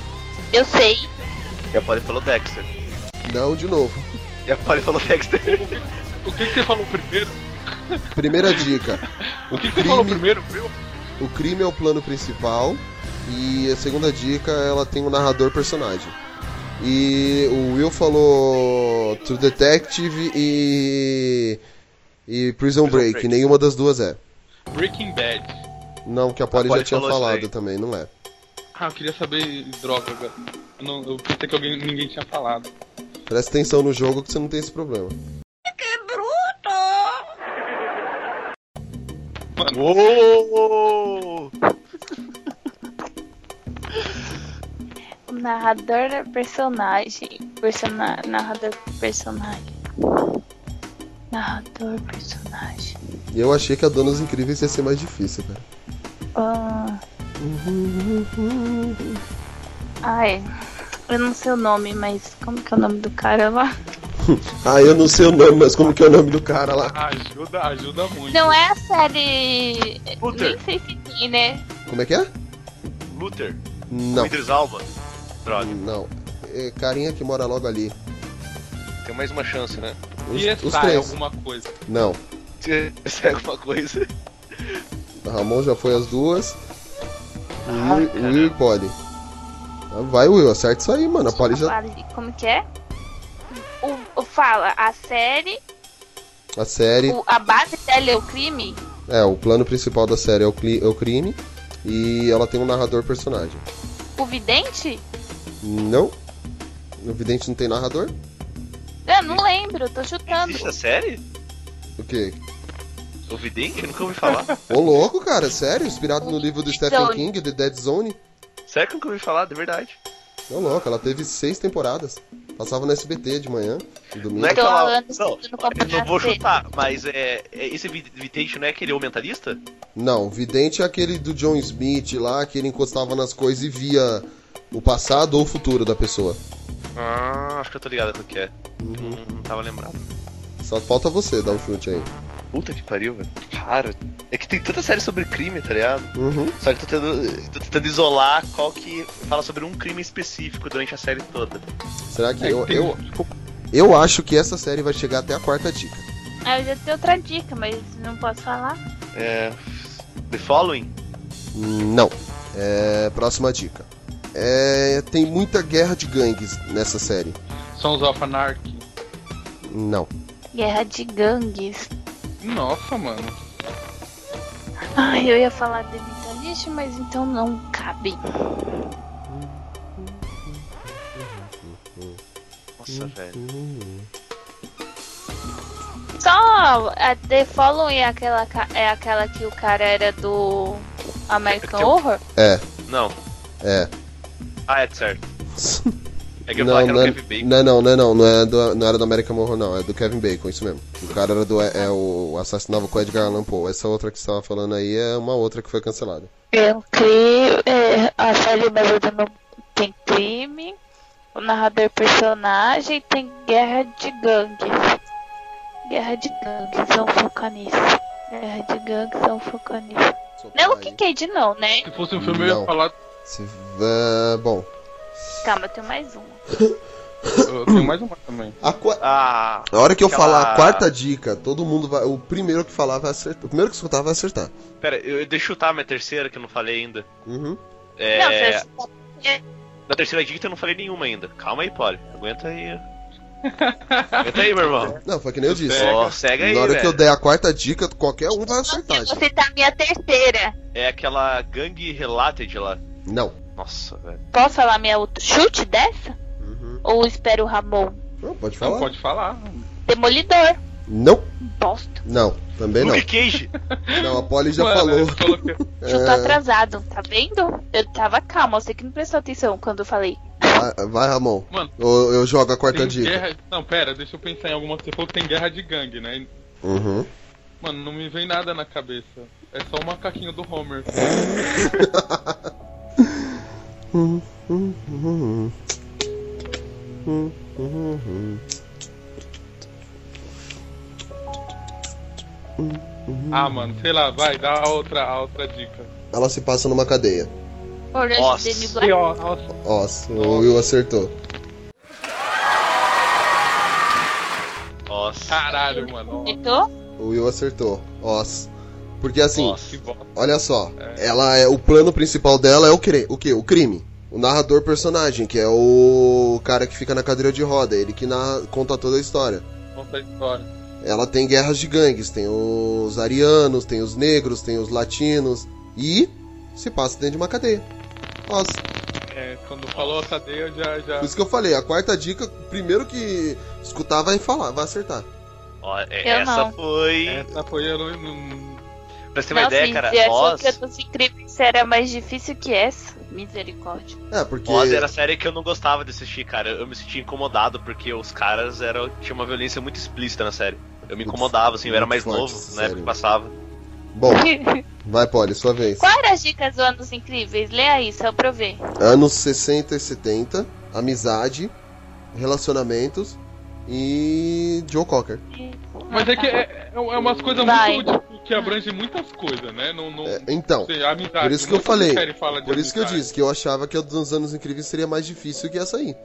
Eu sei.
E a Polly falou Dexter.
Não de novo.
E a Polly falou Dexter.
O que, que você falou primeiro?
Primeira dica.
O que, que você falou
crime-
primeiro, viu?
O crime é o plano principal. E a segunda dica, ela tem um narrador personagem. E o Will falou True Detective e. e Prison, Break.
Break.
Nenhuma das duas é.
Breaking Bad.
Não, que a Polly já
Polly
tinha
falou isso
falado
daí.
também, não é.
Ah, eu queria saber droga agora. Eu Não, eu pensei que alguém, ninguém tinha falado.
Presta atenção no jogo que você não tem esse problema.
Uou!
Narrador personagem. Persona... Narrador personagem. Narrador personagem.
E eu achei que a Dona dos Incríveis ia ser mais difícil, cara.
Ah. Ai, eu não sei o nome, mas como que é o nome do cara lá?
Ah, eu não sei o nome, mas como que é o nome do cara lá?
Ajuda, ajuda muito.
Não é a série.
Luther.
Nem sei se tem, né?
Como é que é?
Luther.
Não,
Idris Alba. Droga.
não. É carinha que mora logo ali.
Tem mais uma chance, né?
Os,
E
os
essa é
três.
alguma coisa.
Não.
Se se é alguma coisa.
Ramon já foi as duas. Will- Will e Polly. Ah, Vai, Will, acerta isso aí, mano. A Polly já.
Ali, Como que é? O, o- fala, a série,
A série.
o- a base dela é o crime?
É, o plano principal da série é o, cli- é o crime. E ela tem um narrador personagem.
O vidente?
Não. O Vidente não tem narrador?
Eu não lembro, tô chutando.
Existe a Ah, é série?
O quê?
O Vidente? Eu nunca ouvi falar.
Ô louco, cara, sério? Inspirado no livro do
Dead
Stephen
Zone.
King, The Dead Zone?
Sério que eu nunca ouvi falar, de verdade.
Ô louco, ela teve seis temporadas. Passava no SBT de manhã, no domingo.
Não é
Tô
aquela.
há
Não,
anos tentando comprar
eu não vou
cena.
chutar, mas é, é- esse Vi- Vidente não é aquele o mentalista?
Não, o vidente é aquele do John Smith lá, que ele encostava nas coisas e via o passado ou o futuro da pessoa.
Ah, acho que eu tô ligado no que é. Não, não tava lembrado.
Só falta você dar um chute aí.
Puta que pariu, velho. Cara, é que tem tanta série sobre crime, tá ligado?
Uhum.
Só que tô tentando, tô tentando isolar qual que fala sobre um crime específico durante a série toda.
Será que
É,
eu,
tem-
eu. Eu acho que essa série vai chegar até a quarta dica.
Ah, eu já tenho outra dica, mas não posso falar.
É. The Following?
Hum, Não. É, próxima dica. É, tem muita guerra de gangues nessa série.
Sons of Anarchy.
Não.
Guerra de gangues.
Nossa, mano.
Ai, eu ia falar The Mentalist, mas então não cabe.
Nossa, velho.
Só a The Following é aquela, ca- é aquela que o cara era do American
Tem-
Horror?
É,
Não.
é.
Ah, é certo. É que eu ia
Não,
falar que era
não,
o Kevin Bacon.
não, não, não, não, não é do, não era do American Horror, não, é do Kevin Bacon, isso mesmo. O cara era do, é o assassinava com o Edgar Allan Poe. Essa outra que você tava falando aí é uma outra que foi cancelada.
Eu creio, um é, a série baseada no tem crime, o narrador personagem tem guerra de gangues. Guerra de gangues, são vulcanistas. Guerra de gangues, são vulcanistas.
Só
Não é o
aí.
Kincaid não, né?
Se fosse um filme, eu
Não.
ia falar.
Se- ah, bom,
Calma, eu tenho mais uma.
Eu tenho mais uma também.
a, qua-
Ah,
na hora que eu
Aquela-
falar a quarta dica, todo mundo vai. O primeiro que falar vai acertar. O primeiro que escutar vai acertar.
pera, eu, deixa eu chutar minha terceira que eu não falei ainda.
Uhum.
Não,
É.
você tá
Da terceira dica eu não falei nenhuma ainda. Calma aí, Polly. Aguenta aí. Aguenta aí, meu irmão.
Não, foi que nem eu disse.
Ó, cega aí,
na hora que eu
velho.
der a quarta dica, qualquer um vai acertar. gente.
você tá a minha terceira.
É aquela gangue related lá.
Não.
Nossa, velho.
Posso falar minha outra chute dessa?
Uhum.
Ou espero o Ramon?
Não, pode
Não,
falar.
pode falar.
Demolidor.
Não,
Bosta.
não, também não.
Luke Cage!
Não, a Polly já
Mano,
falou.
ele falou que-
Eu tô
É.
atrasado, tá vendo? Eu tava calma, você que não prestou atenção quando eu falei.
Vai, vai, Ramon.
Mano.
Ou eu jogo é a quarta
Tem
dica.
guerra... Não, pera, deixa eu pensar em alguma. Você falou que tem guerra de gangue, né?
Uhum.
Mano, não me vem nada na cabeça. É só o macaquinho do Homer.
Uhum.
Ah, mano, sei lá, vai, dá a outra, a outra dica.
Ela se passa numa cadeia.
Orange
Nossa.
Demi Black.
E, ó, nossa,
Ó, o Will acertou.
Ah,
Nossa.
caralho, mano. ó,
Acertou?
O Will acertou. Ó. Porque assim,
Que
Nossa.
bosta.
olha só.
É.
Ela é. O plano principal dela é o, cre... o quê? O crime. O narrador personagem, que é o cara que fica na cadeira de roda. Ele que narra- conta toda a história.
Conta a história.
Ela tem guerras de gangues. Tem os arianos, tem os negros, tem os latinos. E se passa dentro de uma cadeia. Ó.
É, quando falou a cadeia, eu já, já.
Por isso que eu falei, a quarta dica, o primeiro que escutar vai falar, vai acertar.
Ó, é-
Eu
essa
não. É.
foi.
Essa foi eu não. não-
Pra você ter uma ideia, cara,
você achou
Oz.
é que eu tô incríveis era mais difícil que essa? Misericórdia.
É, porque.
Oz era a série que eu não gostava de assistir, cara. Eu me sentia incomodado porque os caras eram tinha uma violência muito explícita na série. Eu me
Muito-
incomodava, assim, eu era
muito
mais
forte
novo
essa
na época
série.
que passava.
Bom, vai, Polly, sua vez.
Qual era as dicas do Anos Incríveis? Lê aí, só pra eu ver.
Anos 60 e 70, amizade, relacionamentos e Joe Cocker.
Mas é que é, é- é umas coisas
Vai.
muito. tipo, que abrange muitas coisas, né? Não, não,
É, então,
sei, amizade.
por isso que eu
muita
falei,
série fala de
por isso que eu
amizade.
disse que eu achava que a dos Anos Incríveis seria mais difícil que essa aí.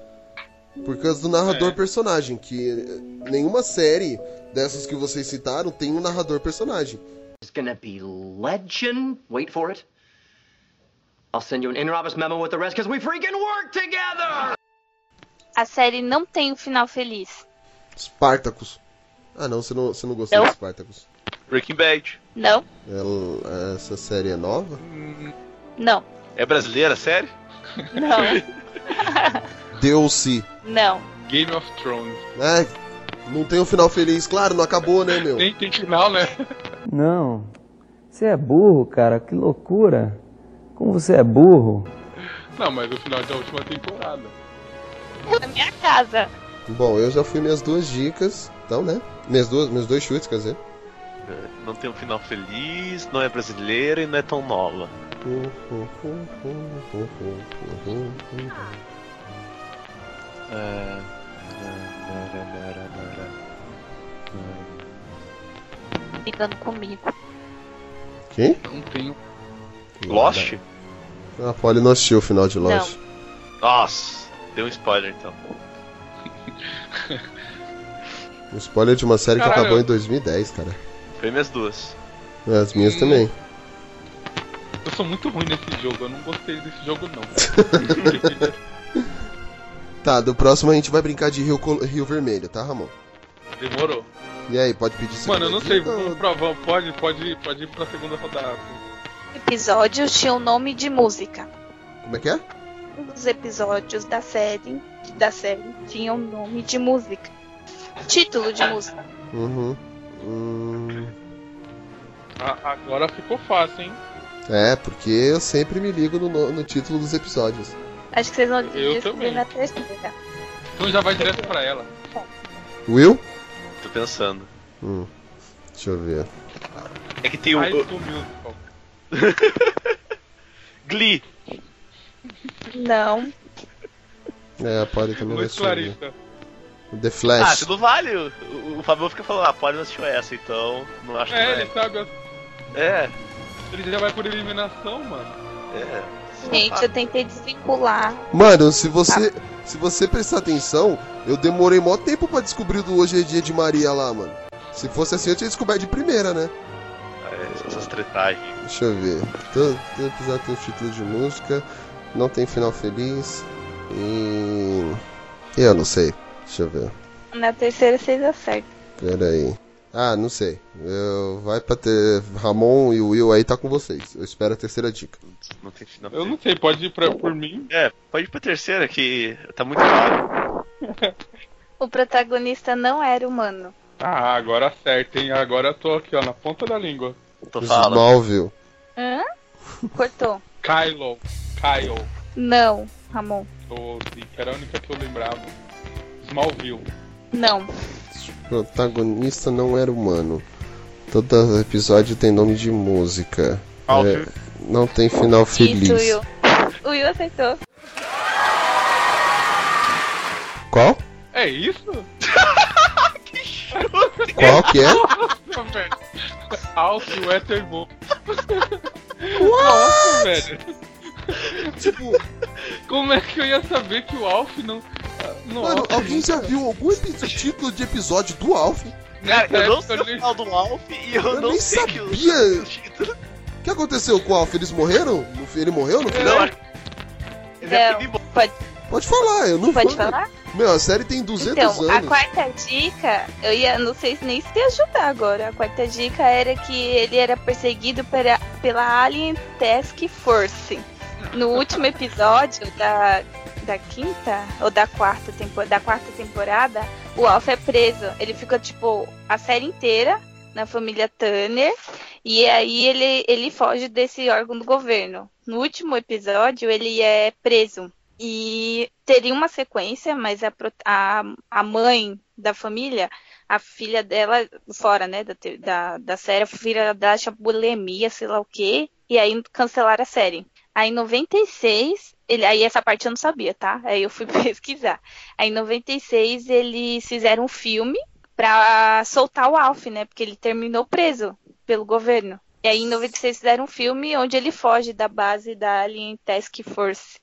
Por causa do narrador
É.
personagem, que eh, nenhuma série dessas que vocês citaram tem um narrador personagem.
It's gonna be legend. Wait for it. I'll send you an in office memo with the rest because we freaking work together!
A série não tem um final feliz.
Spartacus. Ah não, você não, você não gostou
Não.
de Spartacus.
Breaking Bad.
Não?
Ela- essa série é nova?
Não.
É brasileira, sério?
Não.
Deu-se.
não.
Game of Thrones.
É, não tem um final feliz, claro, não acabou, né, meu?
Nem tem final, né?
Não. Você é burro, cara. Que loucura. Como você é burro.
Não, mas o final da última temporada.
É Na minha casa.
Bom, eu já fui minhas duas dicas, então, né? Minhas duas, meus dois chutes, quer dizer.
Não tem um final feliz, não é brasileira e não é tão nova.
Brigando comigo.
Quem?
Não tenho.
Lost?
Ah, A Polly não assistiu o final de Lost.
Nossa, deu um spoiler então.
O spoiler de uma série que
Caralho.
acabou em 2010, cara.
Foi minhas duas.
É, As
Hum.
minhas também.
Eu sou muito ruim nesse jogo, eu não gostei desse jogo não.
Tá, do próximo a gente vai brincar de Rio, Col- Rio Vermelho, tá, Ramon?
Demorou.
E aí, pode pedir segunda
Mano, eu não
dica
sei,
ou-
vamos provar, pode, pode, pode ir pra segunda rodada.
Episódios tinham nome de música.
Como é que é?
Os episódios da série, da série tinham nome de música. Título de música.
Uhum. Hum...
A- agora ficou fácil, hein?
É, porque eu sempre me ligo no, no- no título dos episódios.
Acho que vocês vão
Eu
descobrir
também.
na terceira.
Então já vai direto pra ela.
Will?
Tô pensando.
Hum. Deixa eu ver.
É que tem o.
High
o-
School Musical.
Glee!
Não.
É, a Polly também vai
Luiz
assistir.
Clarissa.
The
Ah,
Flash.
tudo vale! O, o Fabio fica falando, ah, pode não assistiu essa, então. Não acho
É, ele
que
sabe,
vai. É,
ele já vai por eliminação, mano.
é.
Gente, eu tentei desvincular.
Mano, se você se você prestar atenção, eu demorei mó tempo pra descobrir do Hoje é Dia de Maria lá, mano. Se fosse assim, eu tinha descoberto de primeira, né?
É, Essas tretagens.
Deixa eu ver. Todo todo episódio tem título de música, não tem final feliz e... Eu não sei. Deixa eu ver.
Na terceira vocês acertam.
Pera aí. Ah, não sei. Eu- Vai pra ter... Ramon e o Will aí tá com vocês. Eu espero a terceira dica.
Não tem final.
Eu não sei, pode ir pra, por mim.
É, pode ir pra terceira, que tá muito claro.
O protagonista não era humano.
Ah, agora acerta, hein? Agora eu tô aqui, ó, na ponta da língua.
Tô falando.
Smallville.
Hã? Cortou.
Kylo. Kyle.
Não, Ramon.
Ou assim, que era a única que eu lembrava. Smallville.
Não.
Protagonista não era humano. Todo episódio tem nome de música.
Smallville.
É, não tem final feliz.
Isso, Will. O Will acertou.
Qual?
É isso?
Qual que é?
Nossa, velho. Alto Waterboom. Nossa, velho.
tipo,
Como é que eu ia saber que o Alf não. Ah, Nossa,
mano, alguém já viu algum epi- título de episódio do Alf?
Cara, eu não
Nessa
sei
época
o
nem-
final do Alf e eu,
Eu
não
nem
sei que
sabia.
o.
O que aconteceu com o Alf? Eles morreram? No fi- Ele morreu
É.
no final?
Não, acho que. Ele é
Não.
bem bom.
Pode,
Pode falar, eu não
pode
vou-
falar?
Meu, a série tem 200
Então, a
anos.
quarta dica, eu ia, não sei nem se ajudar agora. A quarta dica era que ele era perseguido pela, pela Alien Task Force. No último episódio da, da quinta ou da quarta, tempo, da quarta temporada, o Alf é preso. Ele ficou, tipo, a série inteira na família Tanner. E aí ele, ele foge desse órgão do governo. No último episódio, ele é preso. E teria uma sequência, mas a, pro- a, a mãe da família, a filha dela, fora, né, da, te- da, da série, a filha dela acha bulimia, sei lá o quê, e aí cancelaram a série. Aí em 96, ele, aí essa parte eu não sabia, tá? Aí eu fui pesquisar. Aí em 96 eles fizeram um filme pra soltar o Alf, né? Porque ele terminou preso pelo governo. E aí em 96 fizeram um filme onde ele foge da base da Alien Task Force.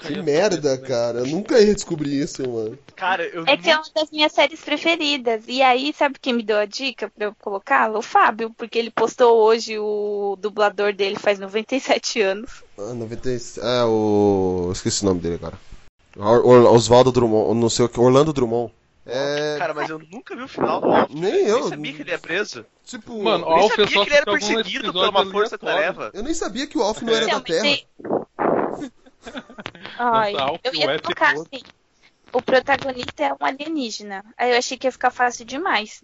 Que merda, cara. Eu nunca ia descobrir isso, mano.
Cara, eu
É que é uma das minhas séries preferidas. E aí, sabe quem me deu a dica pra eu colocá-la? O Fábio, porque ele postou hoje o dublador dele faz 97 anos.
Ah, 96. É, o. Esqueci o nome dele agora. Or- Or- Oswaldo Drummond, não sei o que. Orlando Drummond.
um-
É.
Cara, mas eu nunca vi o final do Alf.
Nem eu.
Nem sabia que ele ia preso.
Tipo.
Mano,
Eu nem
Alf é
sabia
só
que ele era
assistir algum
perseguido por
episódio
uma
da
força-tarefa.
Eu nem sabia que o Alf não era
Então,
da Terra.
mas tem- Ai,
Nossa, Alf
eu
e o
ia
F
colocar
todo.
assim. O protagonista é um alienígena. Aí eu achei que ia ficar fácil demais.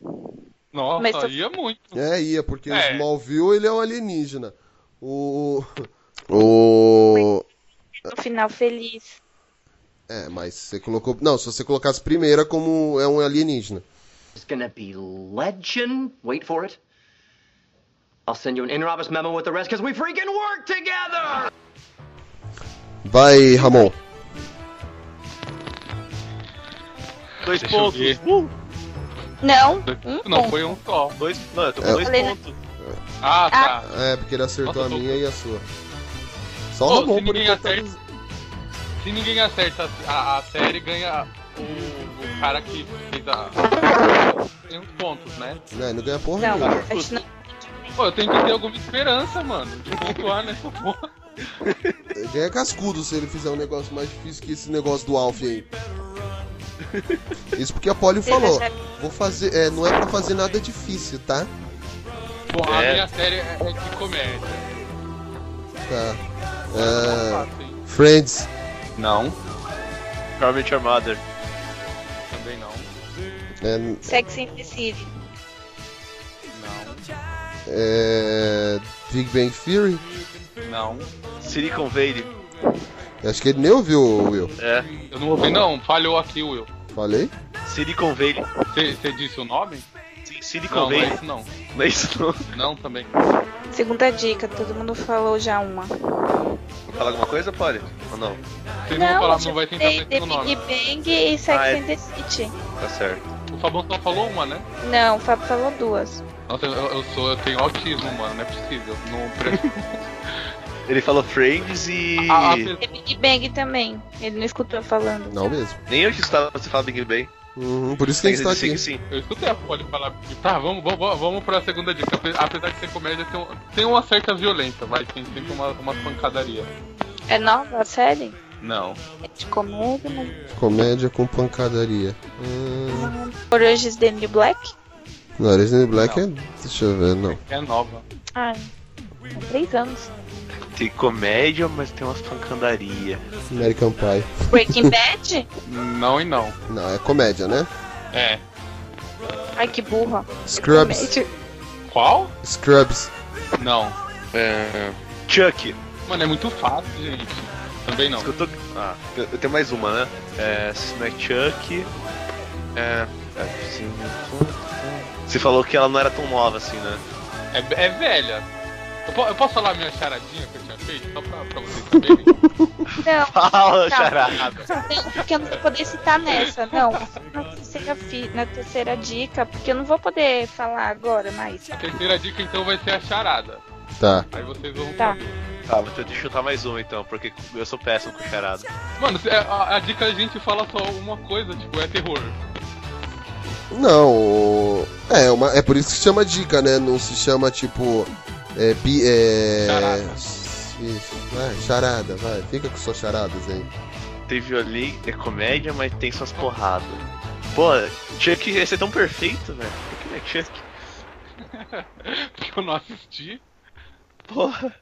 Nossa,
Mas tu-
aí é muito.
É, ia, porque o
É.
Smallville ele é um alienígena. O. O.
No final feliz.
É, mas você colocou. Não, se você colocasse primeira como é um alienígena.
It's gonna be legend. Wait for it. I'll send you an in-Robus memo with the rest because we freaking work together!
Vai, Ramon.
Dois
Deixa eu
pontos.
ver.
Uh,
Não, um
Não,
ponto.
foi um só.
dois. Mano, eu tô com
É.
dois
Falei, né?
pontos.
Ah, tá.
É, porque ele acertou
Nossa,
a
eu tô-
minha e a sua. Só
Pô,
o Ramon
se
por
ninguém
enquanto. tá
acerta- Se ninguém acerta a, a- a série, ganha o, o cara que fez a. Tem uns pontos, né?
Não, ele não ganha porra
Não,
nenhuma.
a gente não.
Pô, eu tenho que ter alguma esperança, mano, de pontuar nessa porra.
Ele ganha cascudo se ele fizer um negócio mais difícil que esse negócio do Alf aí. Isso porque a Polly
Vocês
falou.
acharam-
Vou fazer. É, não é pra fazer nada difícil, tá?
Bom, a
É.
minha série é é de comédia.
Tá.
Ah,
É,
sim,
Friends.
Não. Carmen Your Mother.
também não.
É,
Sex and the City.
é, Big Bang Theory.
Não.
Silicon Valley.
Acho que ele nem ouviu, Will.
É.
Eu não ouvi, não. Falhou aqui, Will.
Falei?
Silicon Valley.
Você disse o nome?
Sim, Silicon
Não, não é
Valley.
isso não.
Não é isso não.
Não também.
Segunda dica, todo mundo falou já uma.
Fala alguma coisa, Polly? Ou não?
Vocês não, vão falar,
já
não vai tentar
falei
pensar
The
no nome.
Big Bang e Sex
Ah, é.
and the City.
Tá certo.
O Fabão só falou uma, né?
Não, o Fábio falou duas.
Nossa, eu, eu sou, eu tenho autismo, mano, não é possível. Não pre-
Ele falou Friends e.
A- a pe-
The Big Bang também. Ele não escutou falando.
Não mesmo.
Nem eu que estava você fala Big Bang.
Uhum, por isso que a gente tá aqui.
Sim, sim.
eu escutei a Polly falar. Tá, vamos, vamos, vamos pra segunda dica. Ape- Apesar de ser comédia, tem, um- tem uma certa violência, vai. Tem sempre uma, uma pancadaria.
É nova a série?
Não.
É de comédia, né? mas...
Comédia com pancadaria. Hum...
Orange is the New Black?
Não, Orange and Black é. Deixa eu ver, não.
É nova.
Ah, há três anos.
Tem comédia, mas tem umas pancadarias.
American Pie.
Breaking Bad?
Não e não.
Não, é comédia, né?
É.
Ai, que burra.
Scrubs.
Comédia.
Qual?
Scrubs.
Não.
Chuck.
Mano, é muito fácil, gente. Também não.
Acho que eu tô. Ah, eu- eu tenho mais uma, né? É. Se não é Chuck. É. é, sim, eu tô- Você falou que ela não era tão nova assim, né?
É, é velha. Eu, po- eu posso falar a minha charadinha que eu tinha feito? Só pra, pra vocês saberem.
Não,
Fala,
Tá.
charada!
não, porque eu não vou poder citar nessa, não. Na terceira, fi- na terceira dica, porque eu não vou poder falar agora mais.
a terceira dica então vai ser a charada.
Tá.
Aí vocês vão
Tá.
saber.
Tá, mas deixa eu chutar mais uma então, porque eu sou péssimo com charada.
Mano, se- a, a dica a gente fala só uma coisa, tipo, é terror.
Não, o- é, uma, é por isso que se chama dica, né? Não se chama tipo. É. Bi, é...
Charada.
Isso, vai, charada, vai. Fica com suas charadas aí.
Tem violin, é comédia, mas tem suas porradas. Pô, Chuck ia ser tão perfeito, velho. Por que não é Chuck?
Porque eu não assisti.
Porra.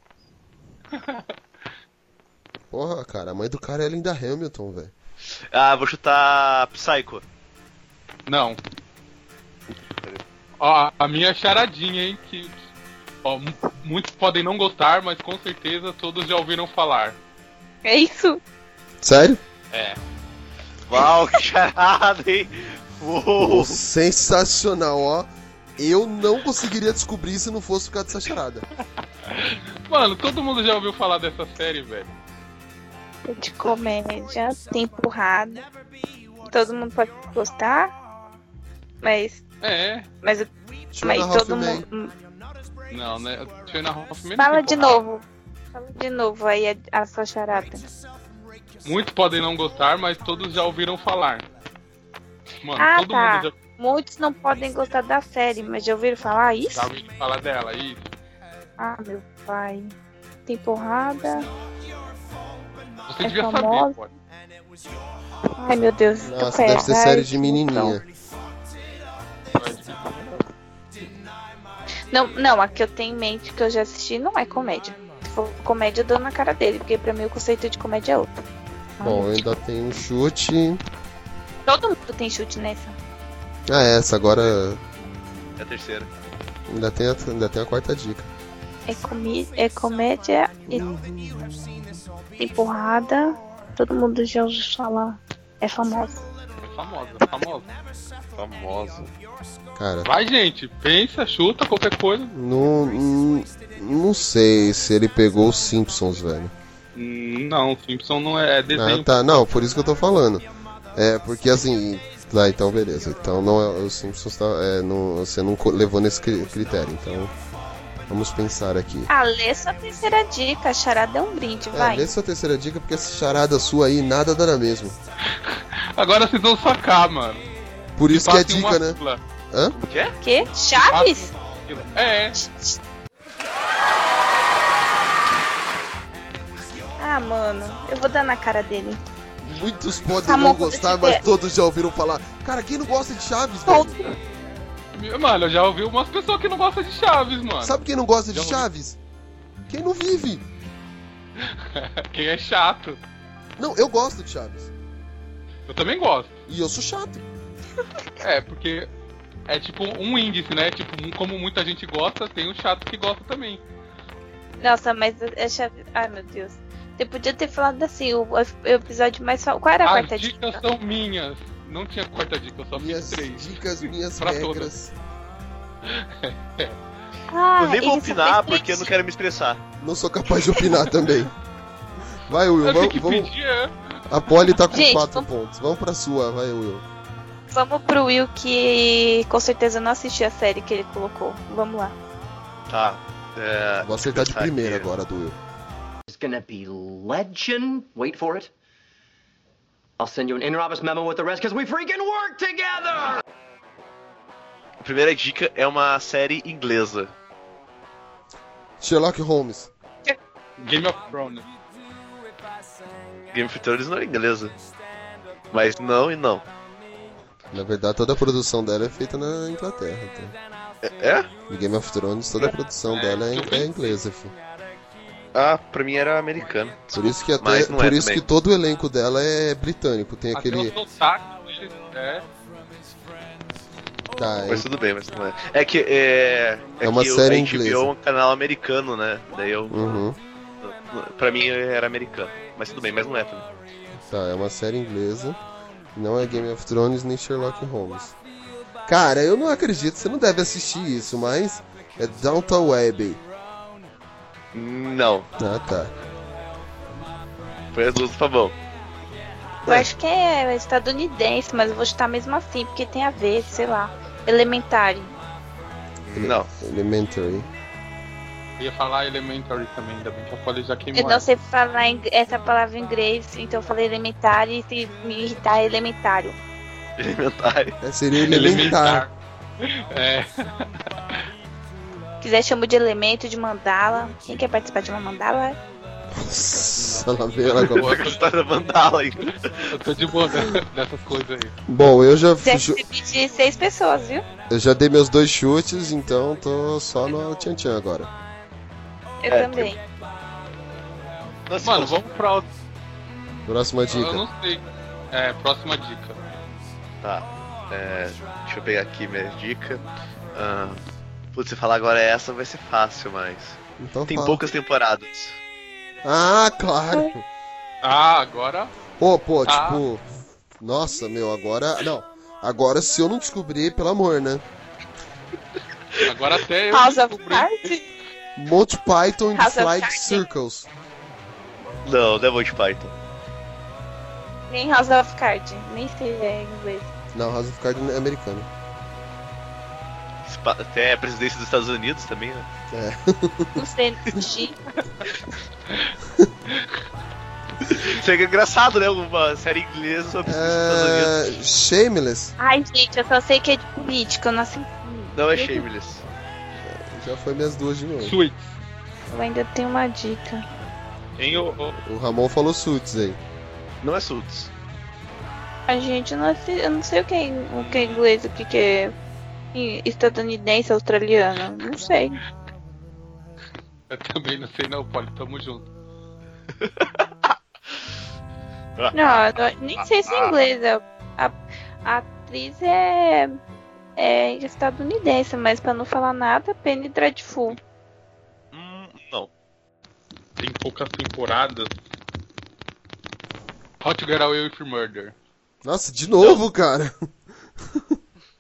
Porra, cara, a mãe do cara é a Linda Hamilton, velho.
Ah, vou chutar Psycho.
Não. Ó, a minha charadinha, hein, que. Ó, mu- muitos podem não gostar, mas com certeza todos já ouviram falar.
É isso?
Sério?
É. Uau, que charada, hein?
Pô,
Uou.
sensacional, ó. Eu não conseguiria descobrir se não fosse por causa dessa charada.
Mano, todo mundo já ouviu falar dessa série, velho.
É de comédia, tem porrada. Todo mundo pode gostar, mas.
É.
Mas,
Deixa eu
mas
dar
todo
Hoffman.
mundo.
Não, né? Tiana Hoffman.
Fala de
tipo,
novo. Fala de novo aí a, a sua charada.
Muitos podem não gostar, mas todos já ouviram falar. Mano,
Ah,
todo
tá.
mundo
Muitos não podem gostar da série, mas já ouviram falar isso?
já ouviu falar dela. Isso.
Ah, meu pai. Tem porrada.
Você
É
devia
famosa.
saber, pô.
Ai, meu Deus. tô
Nossa,
pé.
deve ser
Ai,
série de
então.
menininha.
Não, não, a que eu tenho em mente que eu já assisti não é comédia. Se for comédia, eu dou na cara dele, porque pra mim o conceito de comédia é outro. Ai,
Bom, eu ainda tem um chute.
Todo mundo tem chute nessa.
Ah, essa agora
É a terceira.
ainda tem a, ainda tem a quarta dica.
É, comi é comédia e tem porrada. Todo mundo já ouviu falar. É famosa.
É famosa, famosa.
é Famosa.
Cara,
Vai, gente. Pensa, chuta, qualquer coisa.
não, não, não sei se ele pegou os Simpsons, velho.
Hum, Não, Simpson não é é
Ah,
desenho.
tá. Não, por isso que eu tô falando. É, porque assim. Tá, então beleza. Então não é. Os Simpsons tá, é, não, você não co- levou nesse cri- critério. Então. Vamos pensar aqui.
Ah, lê sua terceira dica. A charada é um brinde,
É,
vai.
lê sua terceira dica, porque essa charada sua aí nada dará mesmo.
Agora vocês vão sacar, mano.
Por isso que é
Façam uma
dica, né?
sigla.
Quê? Chaves?
É,
Ah, mano. Eu vou dar na cara dele.
Muitos podem
Tá
não
bom,
gostar,
você
mas
quer.
todos já ouviram falar. Cara, quem não gosta de Chaves,
Bom.
velho?
Mano, eu já ouvi umas pessoas que não gostam de Chaves, mano.
Sabe quem não gosta de
Já ouvi.
Chaves? Quem não vive.
Quem é chato.
Não, eu gosto de Chaves.
Eu também gosto.
E eu sou chato.
É, porque é tipo um índice, né? Tipo, um- como muita gente gosta, tem o chato que gosta também.
Nossa, mas a chave. Ai, meu Deus. Você podia ter falado assim, o o episódio mais. fa-
Ah,
Qual era a
As
quarta
dicas
dica?
são minhas. Não tinha quarta dica, eu só
Minhas
fiz três.
dicas, minhas
Pra
regras.
Ah,
eu nem vou
ele só
opinar
fez
porque eu não
três
quero me estressar.
Não sou capaz de opinar também. Vai, Will,
Eu sei que
vamos. vamos-
pedir é.
A Polly tá com
Gente,
4
vamos-
pontos. Vamos pra sua, vai, Will.
dicas. Vamos pro Will que com certeza não assistiu a série que ele colocou. Vamos lá.
Tá. É,
Vou acertar de
deixa eu pensar
primeira
aqui.
agora do Will.
It's gonna be legend. Wait for it. I'll send you an in Roberts memo with the rest because we freaking work together!
A primeira dica é uma série inglesa.
Sherlock Holmes.
Game of Thrones.
Game of Thrones não é inglesa. Mas não e não.
Na verdade, toda a produção dela é feita na Inglaterra. Tá?
É? é?
E Game of Thrones, toda a produção dela é, é inglesa, fi.
Ah, pra mim era americana.
Por isso que até,
Mas não é
por isso
também.
que todo o elenco dela é britânico. Tem aquele,
Até o sotaque, é.
tá,
Mas tudo bem, mas não é. É que é.
É uma
que o-
série
a HBO
inglesa.
é um canal americano, né? Daí eu.
Uhum.
Pra mim era americano. Mas tudo bem, mas não é também.
Tá, é uma série inglesa. Não é Game of Thrones nem Sherlock Holmes. Cara, eu não acredito, você não deve assistir isso, mas é Downton Abbey.
Não.
Ah, tá.
Foi as duas do Fabão.
Eu acho que é estadunidense, mas eu vou chutar mesmo assim, porque tem a ver, sei lá. Elementary.
Não.
Elementary.
Eu ia falar Elementary também, ainda bem que eu falei já queimou.
Eu não sei falar ing- essa palavra em inglês, então eu falei elementary e se me irritar é elementário.
Elementar.
É, seria elementar.
É,
Se quiser chamo de elemento, de mandala. Quem quer participar de uma mandala?
Nossa, ela veio ela agora.
Essa história da tá mandala ainda.
eu tô de boa né, dessas coisas aí.
Bom, eu já,
Deve
ju-
ser de seis pessoas, viu?
eu já dei meus dois chutes, então tô só no Tchan Tchan agora.
Eu
É,
também.
Nossa, como-
Mano, vamos pra outra.
Próxima
Eu
dica.
não sei. É, próxima dica.
Tá. É, deixa eu pegar aqui minha dica. Ah, putz, se falar agora essa vai ser fácil, mas.
Então
Tem
fala.
poucas temporadas.
Ah, claro.
Ah, agora.
Ô, pô,
Ah.
tipo. Nossa, meu, agora. Não. Agora se eu não descobrir, pelo amor, né?
Agora até eu
House of
descobri.
Cards?
Monty Python and the
House of
Flight
Cards.
Circles.
Não, não é Monty Python.
Nem House of Cards. Nem sei é em inglês.
Não, House of Cards é americano.
Spa- Até a presidência dos Estados Unidos também, né?
Não sei. G.
Isso é engraçado, né? Uma série inglesa sobre a presidência dos Estados Unidos.
É... Shameless
Ai, gente, eu só sei que é de política. Eu não assisti.
Não é Shameless.
já foi minhas duas de novo.
Suits.
Eu ainda tenho uma dica.
Em o... o-
O Ramon falou Suits aí.
Não é Suits.
A gente não assi- eu não sei o que é, in- o que é inglês, o que, que é i- estadunidense, australiano, não sei.
Eu também não sei não, Poli, tamo junto.
Não, eu não- nem sei se é inglês. A, a- a atriz é, é estadunidense, mas pra não falar nada, Penny Dreadful.
Hum, não.
Tem poucas temporadas. How to Get Away with Murder.
Nossa, de novo, cara.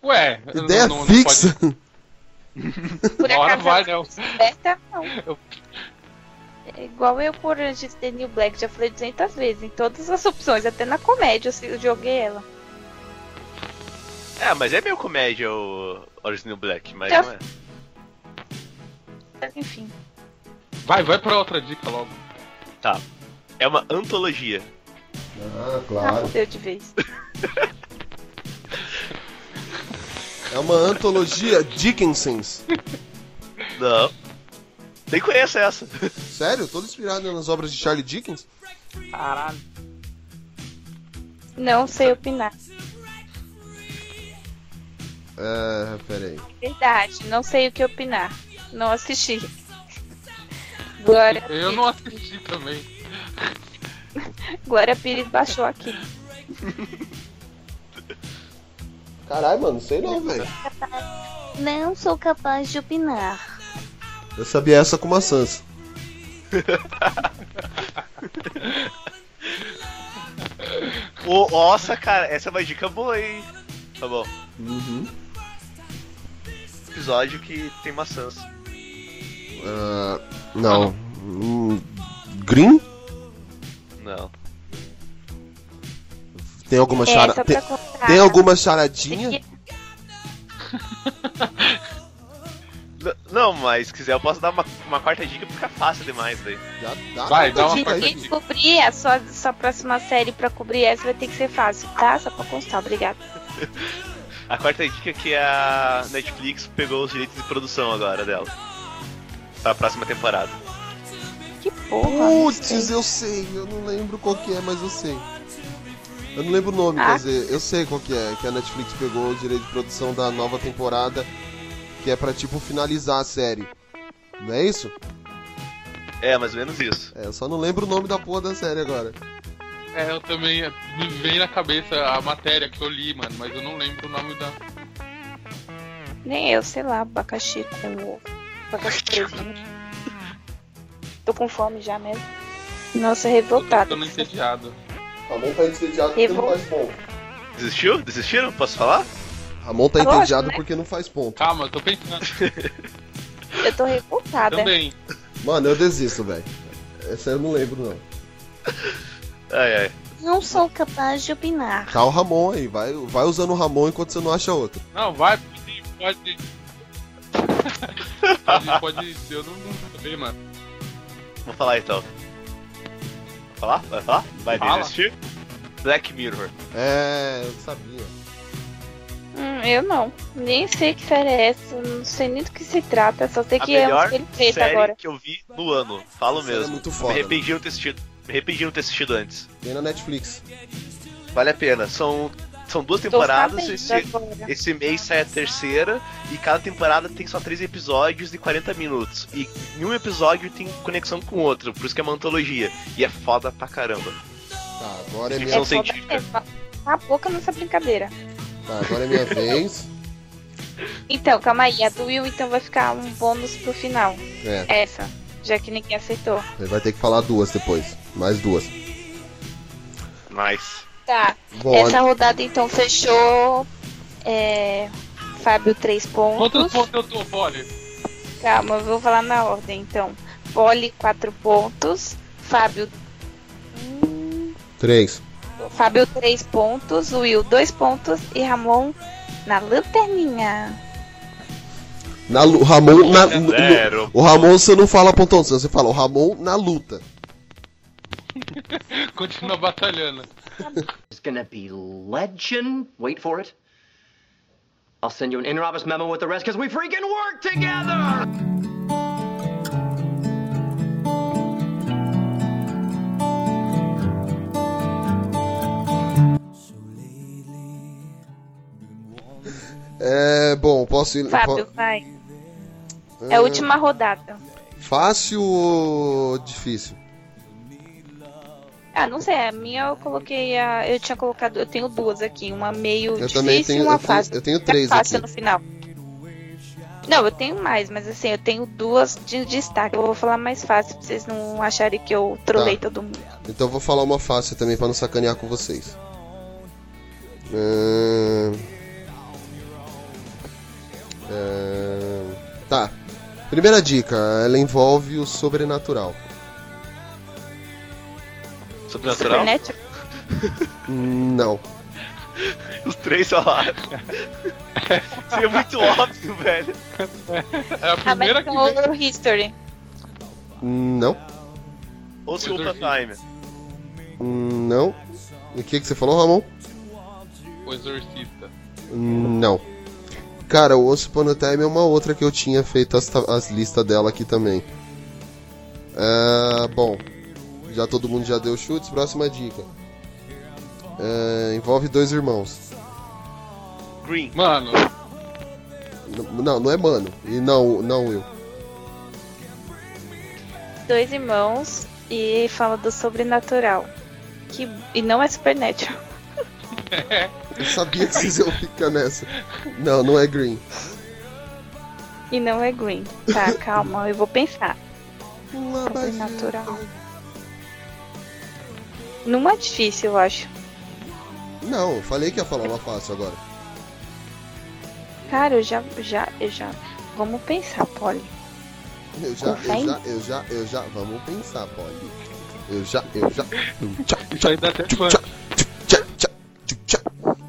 Ué,
Ideia fixa.
Por
Uma hora
acaso
vai, né?
aberta, não. É igual eu por antes de The New Black, já falei 200 vezes, em todas as opções, até na comédia eu se- eu joguei ela.
É, mas é meio comédia o Original Black, mas
Eu-
não é.
Mas, Enfim.
Vai, vai pra outra dica logo.
É uma antologia.
Ah,
Ah, fudeu de vez.
É uma antologia Dickinsons.
Não. Nem conheço essa.
Sério? Todo inspirado nas obras de Charlie Dickens?
Caralho.
Não sei opinar.
É, peraí.
Verdade, não sei o que opinar. Não assisti. Glória,
Eu não assisti também.
Glória Pires baixou aqui.
Caralho, mano, não sei não, velho.
Não sou capaz de opinar.
Eu sabia essa com maçãs.
Ô, nossa, cara, essa é uma dica boa, hein? Tá bom.
Uhum.
Episódio que tem maçãs.
Ah, não. Hum, Green?
Não.
Tem alguma
É,
chara...
só
Tem,
pra contar.
tem alguma charadinha?
N- não, mas se quiser eu posso dar uma, uma quarta dica porque é fácil demais daí.
Já dá
Vai,
uma
dá um uma
dica aí.
Quem descobrir a sua, sua próxima série pra cobrir essa vai ter que ser fácil, tá? Só pra constar, obrigada.
A quarta dica é que a Netflix pegou os direitos de produção agora dela. Pra próxima temporada.
Que porra. não
Putz,
sei.
eu sei, eu não lembro qual que é, mas eu sei. Eu não lembro o nome,
Ah.
quer dizer, eu sei qual que é, que a Netflix pegou o direito de produção da nova temporada, que é pra tipo finalizar a série. Não é isso?
É, mais ou menos isso.
É, eu só não lembro o nome da porra da série agora.
É, eu também. Me vem na cabeça a matéria que eu li, mano, mas eu não lembro o nome da.
Nem eu, sei lá, abacaxi com abacaxi preso. Tô com fome já mesmo. Nossa,
Eu
revoltada.
tô entediado.
Ramon tá entediado
porque não faz
ponto.
Desistiu? Desistiram? Posso falar?
Ramon tá
Lógico,
entediado
né?
porque não faz ponto.
Calma, eu tô pensando
Eu tô revoltada.
também.
Mano, eu desisto, velho. Essa eu não lembro, não.
Ai, ai.
Não sou capaz de opinar.
Tá o Ramon aí, vai, vai usando o Ramon enquanto você não acha outro.
Não, vai, pode. Pode, pode, pode eu não, não sei, mano.
Vou falar então. Vai falar? Vai falar? Vai
Fala.
desistir? Black Mirror.
É, eu sabia.
Hum, eu não. Nem sei que série é essa, não sei nem do que se trata, só sei
a
que é um
melhor
espelho preto
série
agora.
que eu vi no ano. Falo
Essa série
mesmo.
é muito
Me
foda. mano.
arrependi de não ter assistido. Me arrependi de não ter assistido antes.
Tem na Netflix.
Vale a pena. São, são duas
Tô
temporadas.
sabendo né?
Esse,
agora.
esse mês sai a terceira. E cada temporada tem só três episódios de 40 minutos. E nenhum episódio tem conexão com o outro. Por isso que é uma antologia. E é foda pra caramba.
Tá, agora é
Sim,
minha
É
Ficção
foda
científica.
mesmo. Cala a boca nessa brincadeira.
Tá, agora é minha vez.
Então, calma aí. A do Will então vai ficar um bônus pro final.
É,
Essa. Já que ninguém aceitou.
ele vai ter que falar duas depois. Mais duas.
Nice.
Tá.
Bom,
Essa rodada então fechou. É, Fábio, três pontos.
Quantos pontos eu tô, Poli?
Calma, eu vou falar na ordem então. Poli, quatro pontos. Fábio,
Três.
Fábio, três pontos. Will, dois pontos. E Ramon na lanterninha.
Na, lu- Ramon, na, no- no-
É Zero.
o Ramon você não fala pontuação, você fala o Ramon na luta.
Continua batalhando.
It's gonna be legend. Wait for it. I'll send you an in-office memo with the rest because we freaking work together!
É, bom, posso ir.
Fábio,
po-
vai. É a última rodada.
Fácil ou difícil?
Ah, não sei, a minha eu coloquei a. Eu tinha colocado. Eu tenho duas aqui, uma meio
Eu também
difícil e
tenho-
uma
eu tenho-
fácil.
eu tenho
É
três
fácil
aqui.
no final. Não, eu tenho mais, mas assim, eu tenho duas de destaque. Eu vou falar mais fácil pra vocês não acharem que eu trolei todo mundo.
Então eu vou falar uma fácil também pra não sacanear com vocês. Ahn. Ahn. Tá. Primeira dica, ela envolve o sobrenatural.
Sobrenatural?
Supernatural?
Hum, Não.
Os três falaram. Isso é muito óbvio, velho.
É a
Ah, mas
primeira que
então
vem.
o History.
Hum, Não.
Ou se Ultra Time.
Hum, Não. E o que, que você falou, Ramon?
O Exorcista.
Hum, Não. Cara, o Once Upon a Time é uma outra que eu tinha feito as, ta- as listas dela aqui também. Ah, bom, já todo mundo já deu chutes. Próxima dica. Ah, envolve dois irmãos.
Green.
Mano,
N- não, não é mano. E não, não eu.
Dois irmãos e fala do sobrenatural. Que, e não é Supernatural.
Eu sabia que vocês iam ficar nessa. Não, não é Green.
E não é Green. Tá, calma, eu vou pensar.
Lá vai-
Sobrenatural. Numa difícil, eu acho.
Não, eu falei que ia falar uma fácil agora.
Cara, eu já, já, eu já. Vamos pensar, Polly.
Eu já, eu
Tem?
já, eu já, eu já. Vamos pensar, pode. Eu já, eu já. eu já.
isso aí dá até fã.
Tchá, tchá, tchá, tchá, tchá.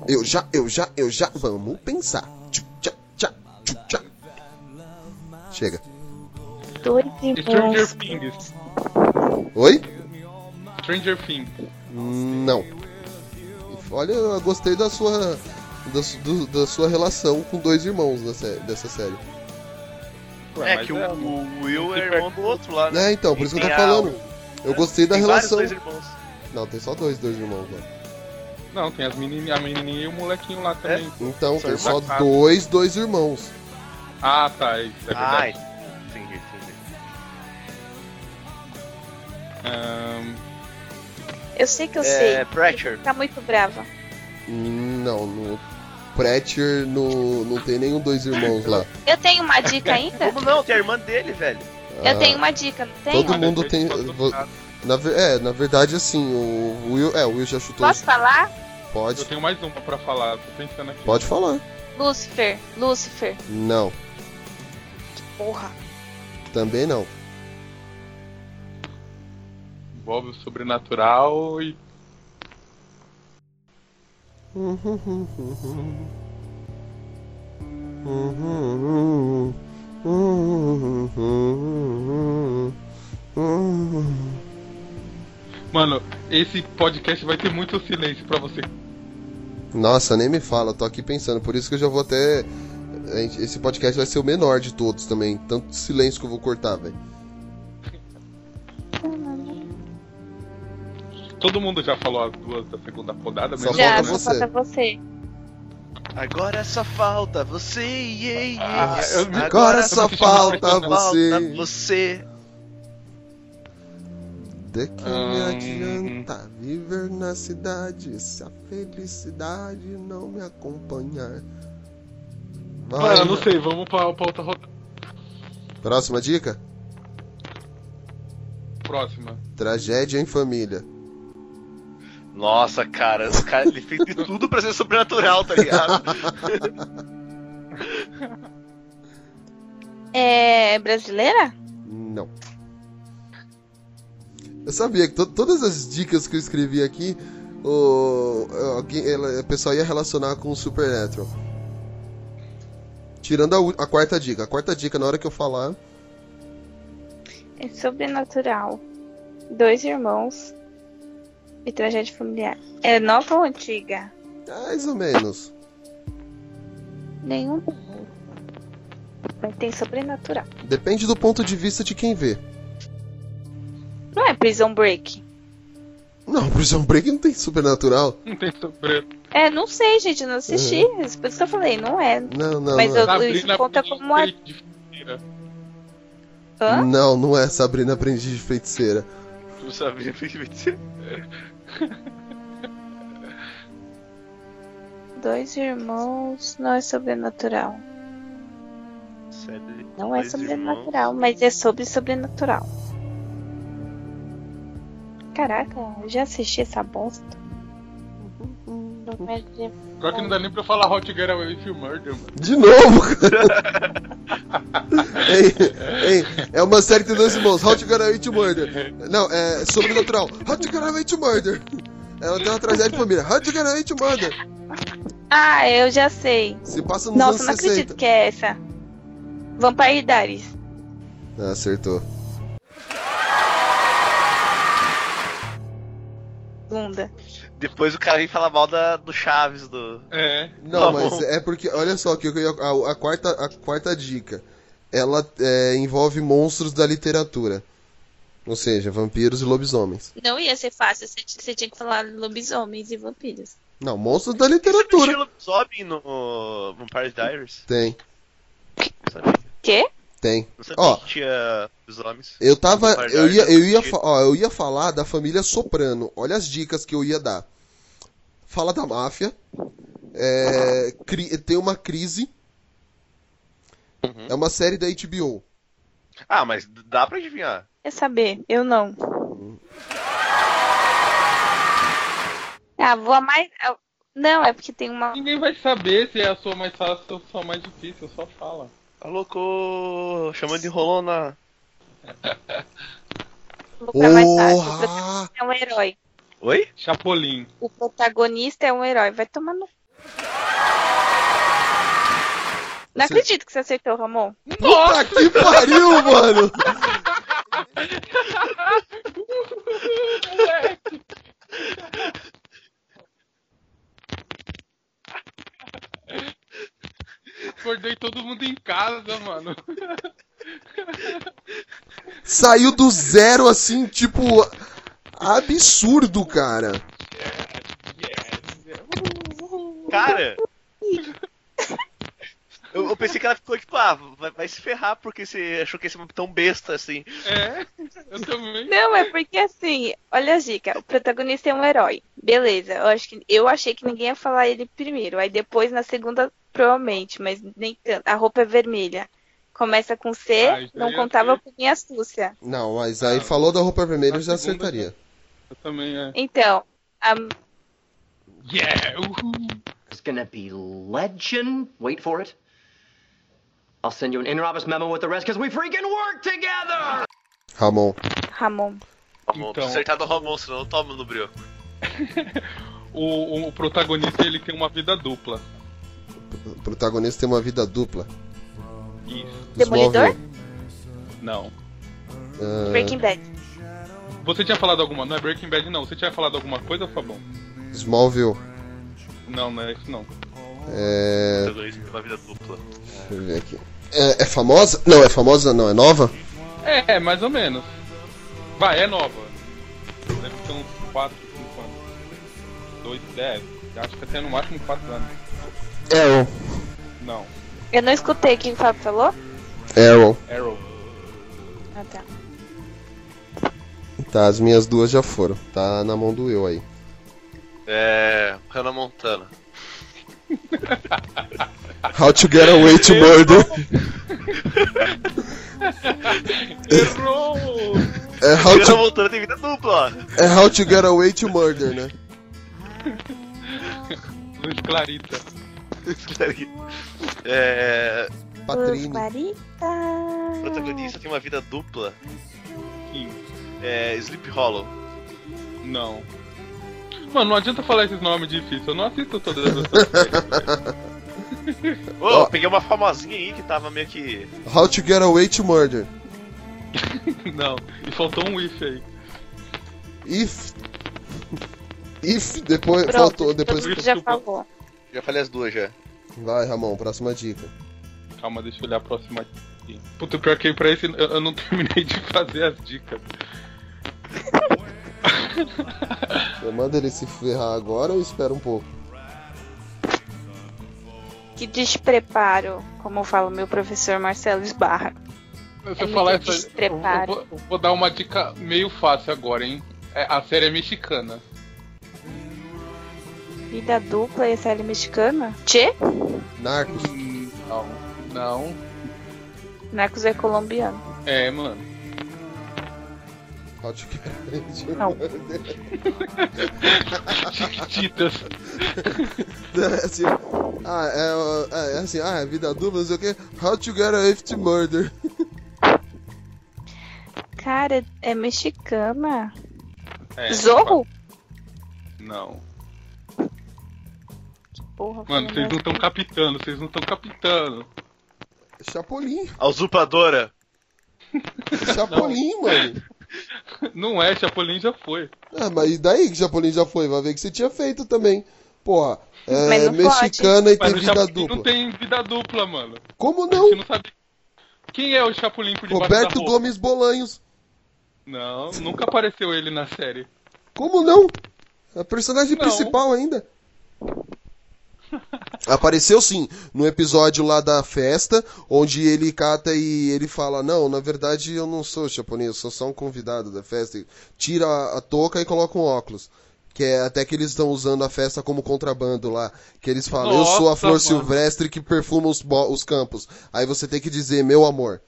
Eu já, eu já, eu já. Vamos pensar. Tchá, tchá, tchá, tchá, tchá. Chega.
Dois
Stranger
irmãos.
Things.
Oi?
Stranger Things.
Não. Olha, eu gostei da sua. Da, su- do- da sua relação com dois irmãos dessa, dessa série.
Ué,
É
mas
que o,
é,
o Will é irmão do outro lá, né?
Né, então, por isso que eu tô
Tem a-
falando. Eu gostei da
Tem vários
relação.
dois irmãos.
Não, tem só dois, dois irmãos né? lá.
Não, tem as menininhas, a menininha e o molequinho lá também.
Então,
Só
tem
irmão
só
da casa.
dois, dois irmãos.
Ah, tá. Isso é
Ai,
verdade.
entendi, entendi.
Ahn,
Eu sei que eu
É,
sei.
Preacher.
Tá muito brava.
Não, no Preacher no, não tem nenhum dois irmãos lá.
Eu tenho uma dica ainda?
Como não? Tem a irmã dele, velho.
Ah.
Eu tenho uma dica, não tenho?
Todo mundo
Olha,
tem-
eu tô
vo-
nada.
Na, ver- é, na verdade, assim, o Will. É, o Will já chutou.
Posso falar?
Eu
Pode,
tenho mais uma pra falar, tô pensando aqui.
pode falar.
Lúcifer, Lúcifer.
Não,
Porra.
também não.
Envolve o sobrenatural e. Mano, esse podcast vai ter muito silêncio pra você.
Nossa, nem me fala, eu tô aqui pensando. Por isso que eu já vou até. a gente- Esse podcast vai ser o menor de todos também. Tanto silêncio que eu vou cortar, velho.
Todo mundo já falou as duas da segunda rodada,
Só
menos
Já,
falta
eu,
só
você.
falta você.
Agora só falta você e
Ah, eu me-
Agora só falta
Falta
você.
você.
De que
Hum.
me adianta viver na cidade se a felicidade não me acompanhar? Vai.
Mano, eu não sei, vamos pra, pra outra rodada
Próxima dica:
próxima.
Tragédia em família.
Nossa, cara, os cara ele fez de tudo pra ser sobrenatural, tá ligado?
É brasileira?
Não. Eu sabia que to- todas as dicas que eu escrevi aqui, o, alguém, ela- o pessoal ia relacionar com o Supernatural. Tirando a, u- a quarta dica. A quarta dica, na hora que eu falar.
É sobrenatural. Dois irmãos e tragédia familiar. É nova ou antiga?
Mais ou menos.
Nenhum. Mas tem sobrenatural.
Depende do ponto de vista de quem vê.
Não é Prison Break.
Não, Prison um Break não tem supernatural.
Não tem sobre.
É, não sei, gente, eu não assisti. Isso Por isso que eu falei, não é.
Não, não,
Mas
não.
eu- isso conta como uma- Hã?
Não, não é Sabrina Aprendiz de Feiticeira.
Não sabia, infelizmente.
Dois irmãos não é sobrenatural.
Série
Não é
Dois
sobrenatural, mas é sobre sobrenatural. Caraca, eu já assisti essa bosta. Não é de-
Pior que não dá nem pra eu falar Hot Girl Away with Murder, mano.
De novo, cara. ei, ei, é uma série que tem dois irmãos. How to Get Away to Murder. Não, é sobrenatural. How to Get Away to Murder. Ela tem uma tragédia de família. How to Get Away to Murder.
Ah, eu já sei.
Se passa nos
Nossa, não
anos
acredito
60.
que é essa. Vampire Diaries.
Ah, acertou.
Bunda.
Depois o cara vem falar mal da, do Chaves, do.
É.
Não,
Tá
mas
bom.
é porque, olha só, que eu ia- a, a quarta, a quarta dica. Ela é, envolve monstros da literatura. Ou seja, vampiros e lobisomens.
Não ia ser fácil, você, t- você tinha que falar lobisomens e vampiros.
Não, monstros da
Tem
literatura.
lobisomem no Vampire Diaries?
Tem,
Não sabia,
Quê?
tem.
não
Ó.
sabia que tinha lobisomens.
Eu tava.
Vampire
Eu ia,
Diaries,
eu, ia,
assisti.
fa- ó, eu ia falar da família Soprano. Olha as dicas que eu ia dar. Fala da máfia. é, cri- tem uma crise.
Uhum.
É uma série da HBO.
Ah, mas dá pra adivinhar.
Quer saber? Eu não. Ah, vou a mais. ah, Não, é porque tem uma.
Ninguém vai saber se é a sua mais fácil ou a sua mais difícil, só fala.
Tá louco! Chamando de rolona.
Vou pra mais tarde. O protagonista
Porra!
é um herói.
Oi?
Chapolin.
O protagonista é um herói. Vai tomar no. Não
Você-
acredito que você acertou, Ramon.
Puta que pariu, mano!
Acordei todo mundo em casa, mano.
Saiu do zero assim, tipo. Absurdo, cara.
Cara! Eu, eu pensei que ela ficou tipo, ah, vai, vai se ferrar porque você achou que esse mapa é tão besta assim.
É, eu também.
Não, é porque assim, olha a dica, o protagonista é um herói. Beleza, eu acho que eu achei que ninguém ia falar ele primeiro, aí depois na segunda provavelmente, mas nem tanto. A roupa é vermelha. Começa com C,
Ah, isso
não
aí eu
contava
sei.
com minha astúcia.
Não, mas aí falou da roupa vermelha, eu já
Na segunda-
acertaria.
Eu também, é.
Então, a-
Yeah, uhul.
It's gonna be legend. Wait for it. I'll send you an inner office memo with the rest because we freaking work together!
Ramon.
Ramon,
Ramon,
Então.
acertado o Ramon, senão eu tomo no brioco.
O, o protagonista ele tem uma vida dupla.
O protagonista tem uma vida dupla.
Isso.
Demolidor?
Smallville.
Não.
Ah,
Breaking Bad.
Você tinha falado alguma. Não é Breaking Bad, não. Você tinha falado alguma coisa, Fabão?
Smallville.
Não, não é isso, não.
É.
Protagonista de uma vida dupla.
Deixa eu ver aqui. É, é famosa? Não, é famosa não, é nova?
É, mais ou menos. Vai, é nova. Deve ter uns 4, 5 anos. 2, 10. Acho que até no máximo 4 anos.
Arrow.
Não.
Eu não escutei o que o Fábio falou.
Arrow.
Arrow.
Ah, tá.
Tá, as minhas duas já foram. Tá na mão do eu aí.
É. Hannah Montana.
How to get away to murder.
Errou!
É how
Hannah
to,
Montana tem vida dupla!
é how to get away to murder, né?
Luz Clarita.
Tá É,
Patrine.
o
Clarita.
protagonista tem uma vida dupla.
Sim.
É, Sleep Hollow.
Não. Mano, não adianta falar esses nomes difíceis. Eu não assisto todas essas séries.
Ô,
Ó.
peguei uma famosinha aí que tava meio que.
How to Get Away to Murder.
Não. E faltou um if aí.
If. If, depois.
Pronto,
faltou, depois.
Todo mundo já falou.
Já falei as duas já.
Vai, Ramon, próxima dica.
Calma, deixa eu olhar a próxima aqui. Puta, pior que pra esse eu, eu não terminei de fazer as dicas.
Eu mando ele se ferrar agora ou espera um pouco?
Que despreparo, como fala o meu professor Marcelo Esbarra.
Se
É
eu falar
muito
essa. Eu,
despreparo.
vou, eu vou dar uma dica meio fácil agora, hein? É, a série é mexicana.
Vida dupla e série mexicana? Tchê?
Narcos.
Não. Não.
Narcos é colombiano.
É, mano.
How to Get Away to
Não.
Murder.
Chiquititas.
É assim, ah, é, é assim, ah, é vida dupla, não sei o que. How to Get Away to Murder.
Cara, é mexicana.
É,
Zorro?
Não.
Porra,
Mano,
filha
vocês não estão captando, vocês não estão captando.
Chapolin.
A usurpadora.
Chapolin, mano.
Não é, Chapolin já foi.
Ah, mas e daí que Chapolin já foi? Vai ver que você tinha feito também. Porra,
Mas
é
não
mexicana e tem
Mas o
vida
Chapolin
dupla.
não tem vida dupla, mano.
Como
A gente
não?
não sabe. Quem é o Chapolin por debaixo da
Roberto
roupa?
Gomes Bolanhos.
Não, nunca apareceu ele na série.
Como não? A personagem
Não.
principal ainda. Apareceu sim, no episódio lá da festa, onde ele cata e ele fala: Não, na verdade eu não sou japonês, eu sou só um convidado da festa. E Tira a- a touca e coloca um óculos. Que é até que eles estão usando a festa como contrabando lá. Que eles falam: Eu sou a
Nossa,
flor
mano.
silvestre que perfuma os, bo- os campos. Aí você tem que dizer: Meu amor.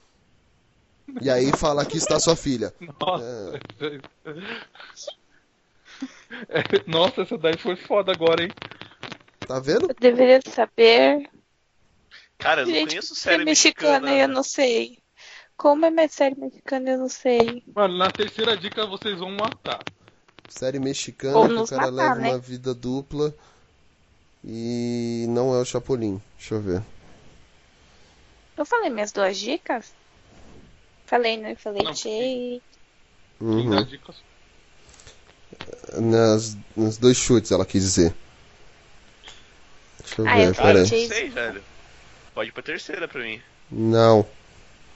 E aí fala: Aqui está sua filha.
Nossa. É, Nossa, essa daí foi foda agora, hein?
Tá vendo?
Eu deveria saber.
Cara, eu não
Gente,
conheço
Série
série
mexicana,
mexicana.
eu não sei. Como é minha série mexicana, eu não sei.
Mano, na terceira dica vocês vão matar.
Série
Ou
mexicana que o
nos
cara
matar,
leva
né?
uma vida dupla e não é o Chapolin. Deixa eu ver.
Eu falei minhas duas dicas? Falei, né? Falei,
Não,
tchê.
Quem dá
Uhum.
dica-
Nas, nos dois chutes ela quis dizer. Deixa eu
Ah,
ver,
eu
Cara,
pera aí.
eu
achei-
não sei, velho. Pode ir pra terceira pra mim.
Não.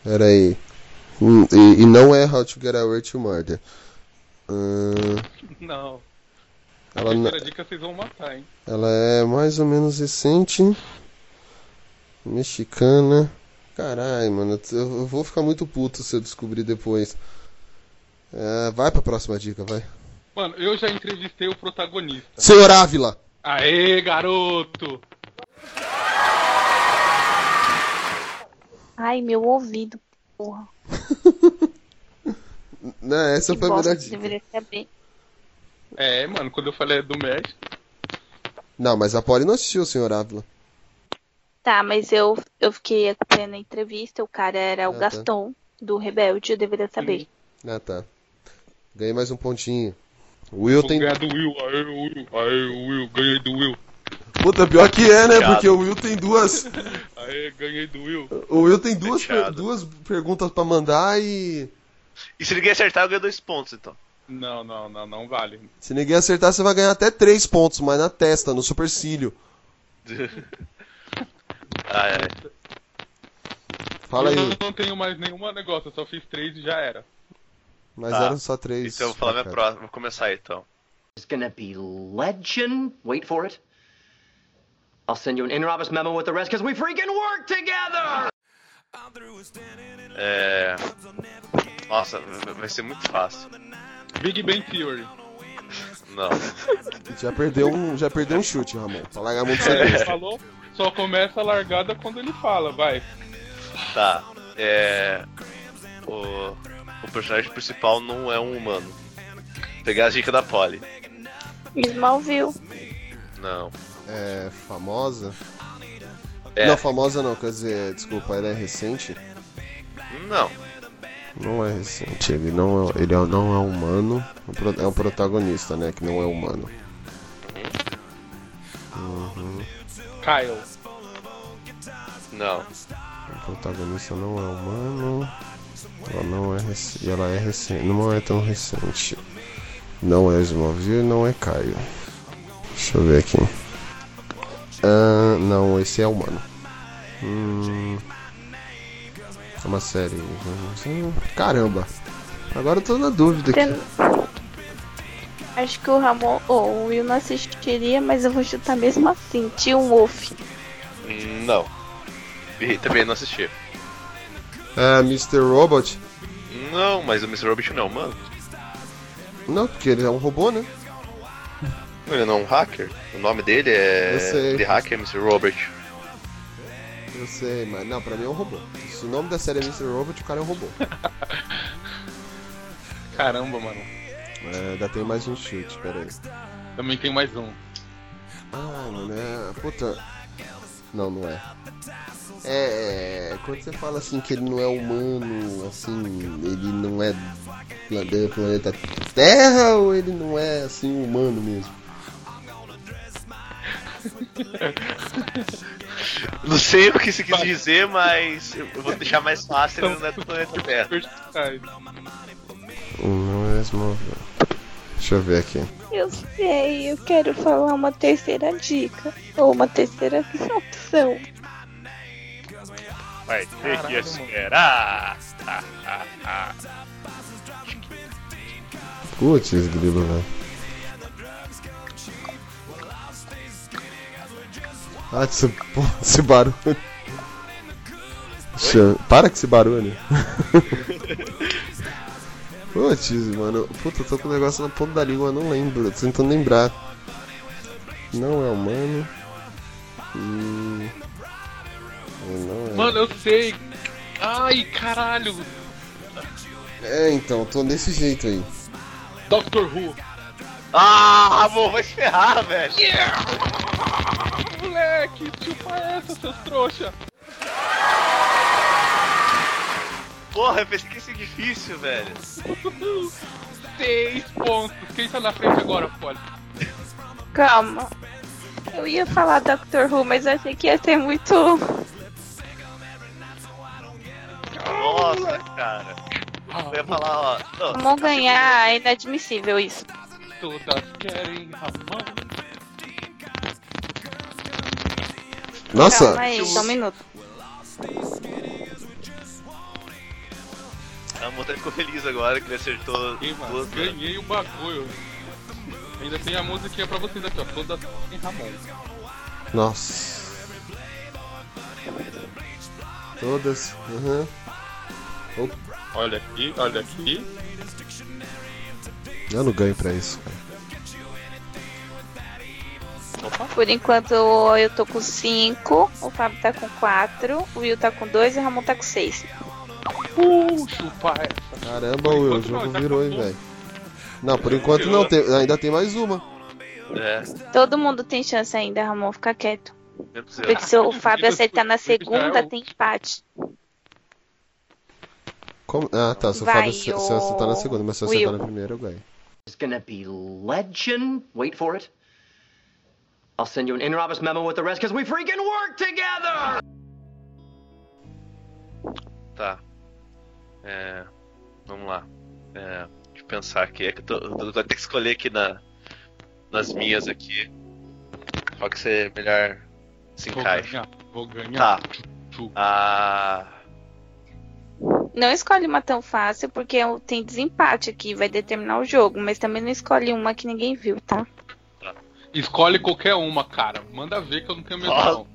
Pera aí. Hum, E, e não é How to Get Away to Murder. Ahn,
Não.
ela,
na
n-
terceira dica vocês vão matar, hein?
ela é mais ou menos recente. Mexicana. Caralho, mano. eu- Eu vou ficar muito puto se eu descobrir depois. É, vai pra próxima dica, vai.
Mano, eu já entrevistei o protagonista.
Senhor Ávila!
Aê, garoto!
Ai, meu ouvido, porra.
Né, essa
que
foi a
bosta,
melhor
eu
dica.
deveria saber.
É, mano, quando eu falei é do México.
Não, mas a Polly não assistiu o Senhor Ávila.
Tá, mas eu, eu fiquei acompanhando a entrevista, o cara era o
Ah, tá.
Gaston, do Rebelde, eu deveria saber.
Ah, tá. Ganhei mais um pontinho. O Will
Vou
tem.
ganhar do Will, aê, Will, aê, Will, ganhei do Will.
Puta, pior que é, né?
Chato.
Porque o Will tem duas.
Aê, ganhei do Will.
O Will tem duas, per-
Chato.
duas perguntas pra mandar e.
E se ninguém acertar, eu ganho dois pontos, então.
Não, não, não, não vale.
Se ninguém acertar, você vai ganhar até três pontos, mas na testa, no supercílio.
Ah, é.
Fala aí,
eu
Uhum.
Will.
não tenho mais nenhum negócio, eu só fiz três e já era.
Mas
Tá.
eram só três.
Então eu vou falar minha
cara.
próxima. Vou começar aí, então.
It's gonna be legend. Wait for it. I'll send you an in office memo with the rest because we freaking work together!
É. Nossa, v- vai ser muito fácil.
Big Bang Theory.
Não.
Já perdeu um, já perdeu um chute, Ramon. Pra largar
É.
muito
Quando
certeza.
ele falou, só começa a largada quando ele fala, vai.
Tá. É. O, o personagem principal não é um humano. Pegar a dica da Polly.
Smallville,
Não.
É famosa?
É.
Não, famosa não, quer dizer, desculpa, ela é recente?
Não.
Não é recente, ele não é, ele é- não é humano. O pro- É o protagonista, né? Que não é humano. Uhum.
Kyle.
Não.
O protagonista não é humano. Ela não é rec- e Ela é recente. Não é tão recente. Não é Smallville, não é Caio. Deixa eu ver aqui. Ah, não, esse é humano. Hum. É uma série. Hum, Caramba! Agora eu tô na dúvida aqui.
Acho que o Ramon ou o Will não assistiria, mas eu vou chutar mesmo assim. Tio Wolf.
Não. E também não assisti.
É Mr. Robot?
Não, mas o Mr. Robot não, mano.
Não, porque ele é um robô, né?
Ele não é um hacker. O nome dele
Eu sei.
é. The Hacker Mr. Robert.
Eu sei, mas não, pra mim é um robô. Se o nome da série é Mr. Robot, o cara é um robô.
Caramba, mano.
É, ainda tem mais um chute, peraí.
Também tem mais um.
Ah, mano, é. Puta. Não, não é. É. Quando você fala assim que ele não é humano, assim, ele não é plan- do planeta Terra ou ele não é assim humano mesmo?
Não sei o que isso quis dizer, mas eu vou deixar mais fácil ele não é do planeta Terra.
Ai,
Não é móvel. Deixa eu ver aqui.
Eu sei, eu quero falar uma terceira dica. Ou uma terceira opção.
Vai ter que
Caralho,
esperar.
Putz, grilo, né? velho. Ah, esse, porra, esse barulho. Deixa eu- Para com esse barulho. Putz, mano. Puta, eu tô com o negócio na ponta da língua, eu não lembro. Tô tentando lembrar. Não é humano. Hum. Não é.
Mano, eu sei. Ai, caralho.
É, então, tô desse jeito aí.
Doctor Who.
Ah, amor, vai se ferrar, velho.
Moleque, chupa essa, seus trouxa.
Porra, eu pensei que ia ser difícil, velho.
Seis pontos. Quem tá na frente agora, Fole?
Calma. Eu ia falar Doctor Who, mas eu achei que ia ser muito.
Nossa, cara.
Ah.
Eu ia falar, ó. tá ó,
Ramon ganhar, é inadmissível isso.
Todas querem Ramon.
Nossa!
Calma aí, só um minuto.
A moça ficou feliz agora que ele acertou
Ei, mano,
duas. né?
ganhei o bagulho. Ainda tem a musiquinha pra vocês aqui, ó. Todas querem Ramon.
Nossa. Todas. Aham.
Olha aqui, olha aqui.
Eu não ganho pra isso, cara.
Por enquanto eu tô com 5, o Fábio tá com 4, o Will tá com 2 e o Ramon tá com 6.
Uh, chupa essa.
Caramba,
Por
Will, o
enquanto
jogo
não, já
virou, hein,
acabou.
velho. Não, por enquanto não, tem- ainda tem mais uma.
É,
Todo mundo tem chance ainda, Ramon, fica quieto.
meu Deus do céu.
Porque se o Fábio acertar na
Já é
segunda,
um-
tem empate.
Como- Ah, tá, se eu,
Vai,
falo, se, se eu acertar na
ô,
segunda, mas se eu
Will.
acertar na primeira, eu ganho.
It's gonna be legend. Wait for it. I'll send you an inner office memo with the rest because we freaking work together!
Tá. É. Vamos lá. É. Deixa eu pensar aqui. É que eu, tô, eu vou ter que escolher aqui na, nas minhas aqui. Qual que você melhor se
Vou
encaixa.
ganhar, vou
Tá.
ganhar.
Ah.
Não escolhe uma tão fácil, porque eu- tem desempate aqui, vai determinar o jogo. Mas também não escolhe uma que ninguém viu, tá?
Escolhe qualquer uma, cara. Manda ver que eu não tenho medo,
Ó.
não.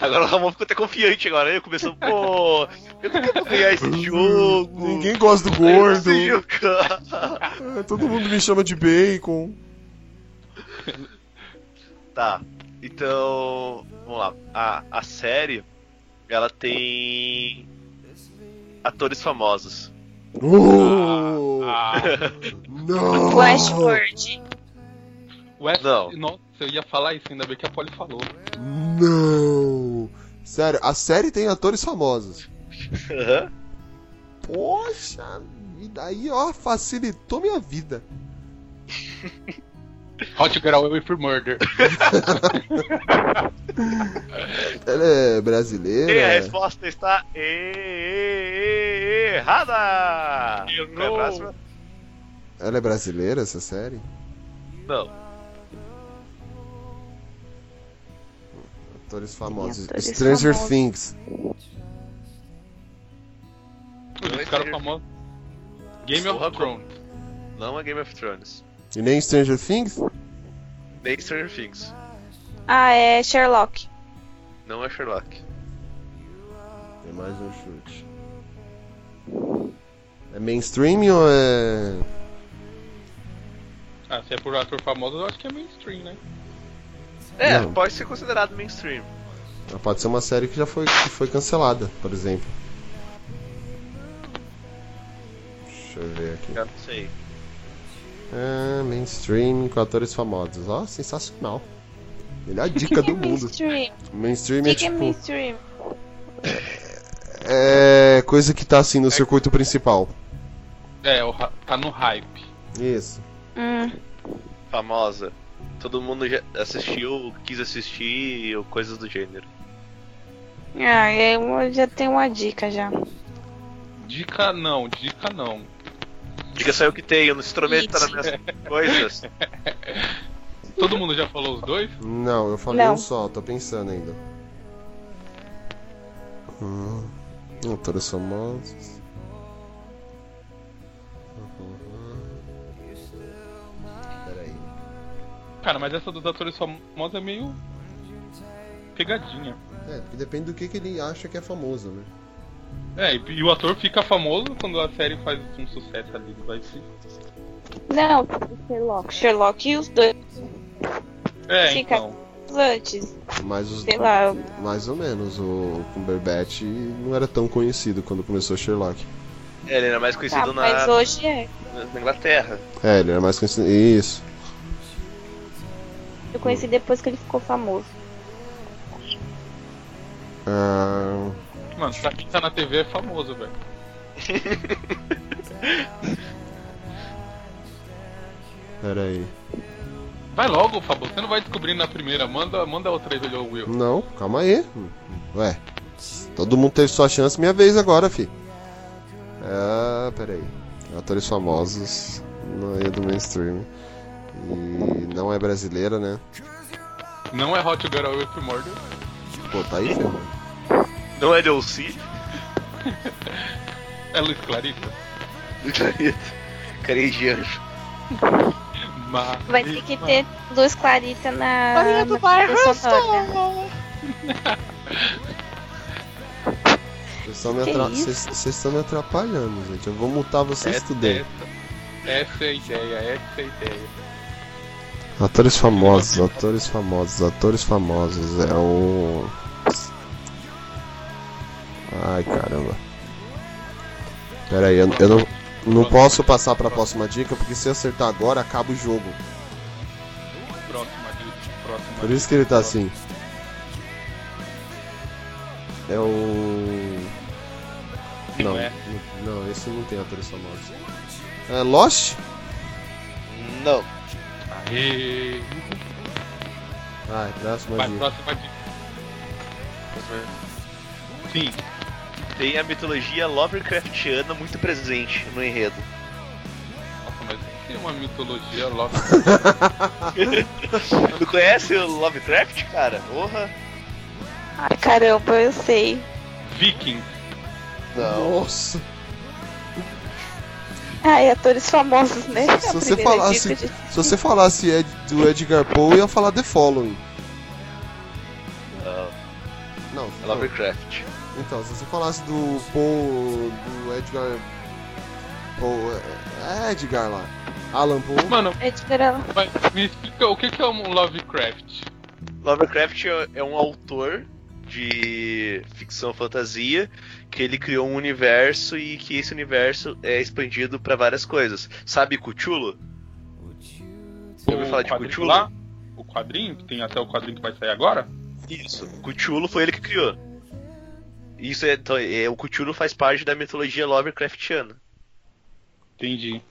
Agora o Ramon ficou até confiante agora. Ele começou, pô, eu nunca vou ganhar esse
Uhum.
jogo.
gosta do né?
Esse jogo.
Todo mundo me chama de bacon.
Tá. Então, vamos lá. A, a série, ela tem atores famosos.
Oh,
Ah,
não!
Flashboard.
West...
Não.
Nossa, eu ia falar isso, ainda bem que a Polly falou.
Não! Sério, a série tem atores famosos.
Aham.
Poxa vida, aí ó, facilitou minha vida.
How to Get Away with Murder.
Ela é
E a
brasileira.
resposta está e- e- e- errada!
Errou.
Qual é a próxima?
Ela é brasileira, essa série?
Não.
Atores famosos.
Tem atores
Stranger
famosos.
Things.
Os caras famosos. Game
Porra,
of Thrones.
Não é Game of Thrones.
E nem Stranger Things?
Nem Stranger Things.
Ah, é Sherlock.
Não é Sherlock.
Tem mais um chute. É mainstream ou é.
Ah, se é por ator famoso, eu acho que é mainstream, né?
É,
Não.
pode ser considerado mainstream.
Ela Pode ser uma série que já foi, que foi cancelada, por exemplo. Deixa eu ver aqui.
Eu não sei.
Ah, mainstream com atores famosos. Ó, sensacional. Melhor dica
O que
do
é
mundo.
mainstream? O
Mainstream é
que, que é
tipo.
mainstream?
É coisa que tá assim no circuito principal.
É, o ra- tá no hype.
Isso.
Hum,
Famosa. Todo mundo já assistiu, quis assistir, ou coisas do gênero.
Ah, eu já tenho uma dica já.
Dica não, dica não.
Diga só eu que tenho, não se intrometa nas
Isso.
minhas coisas.
Todo mundo já falou os dois?
Não, eu falei
Não.
um só, tô pensando ainda. Hum, atores famosos. Uhum. Peraí.
Cara, mas essa dos atores famosos é meio. pegadinha.
É, porque depende do que, que ele acha que é famoso, né?
É, e, e o ator fica famoso quando a série faz um sucesso ali. ele Vai se...
Não, Sherlock. Sherlock e os dois
É,
Fica.
então.
antes.
Mas os,
Sei lá, Ah,
mais ou menos, o Cumberbatch não era tão conhecido quando começou Sherlock.
É, ele era mais
tá,
conhecido na,
mas hoje é.
na Inglaterra.
É, ele era mais conhecido. Isso.
Eu conheci depois que ele ficou famoso.
Ah,
Mano, pra quem tá na TV é famoso, velho.
peraí.
Vai logo, Fabo, você não vai descobrir na primeira. Manda, manda outra aí, velho, Will.
Não, calma aí. Ué, todo mundo teve sua chance, minha vez agora, fi. Ah, peraí. Atores famosos, não é do mainstream. E não é brasileira, né?
Não é Hot Girl with Murder.
Pô, tá aí, filho.
Não é DLC?
É Luiz Clarissa.
Carinha de anjo.
Mas...
Vai ter que ter luz clarita na. na trilha sonora.
Vocês estão me,
Que
atra-
isso?
vocês- vocês estão me atrapalhando, gente. Eu vou multar vocês
Essa-
tudo aí.
Essa é a ideia, essa é a ideia.
Atores famosos, atores famosos, atores famosos. É o. Ai caramba. Pera aí, eu, eu não, não posso passar pra próxima dica porque se eu acertar agora acaba o jogo.
Próxima dica, próxima
Por isso que ele tá assim. É o. Não,
Não é.
não, esse não tem atores famosos. É Lost?
Não.
Aê!
Ai, próxima
Vai,
dica.
próxima dica. Sim,
Tem a mitologia Lovecraftiana muito presente no enredo.
nossa, mas tem uma mitologia logo.
Tu conhece o Lovecraft, cara? Porra!
Ai, caramba, eu sei.
Viking.
Nossa!
Ai, atores famosos, né?
Se
A
você
primeira
falasse-
dica de-
Se você falasse Ed- do Edgar Poe, eu ia falar The Following.
Não,
Não,
é
não.
Lovecraft.
Então, se você falasse do Poe, do Edgar Poe, é Edgar lá, Alan Poe,
Mano,
É de verão.
vai, me explica o que que é um Lovecraft.
Lovecraft é- é um autor de ficção fantasia que ele criou um universo e que esse universo é expandido pra várias coisas. Sabe Cthulhu? Já ouviu falar de
quadrinho
Cthulhu?
lá, o quadrinho, que tem até o quadrinho que vai sair agora.
Isso, o Cthulhu foi ele que criou. Isso é, então, é, o Cthulhu faz parte da mitologia Lovecraftiana.
Entendi.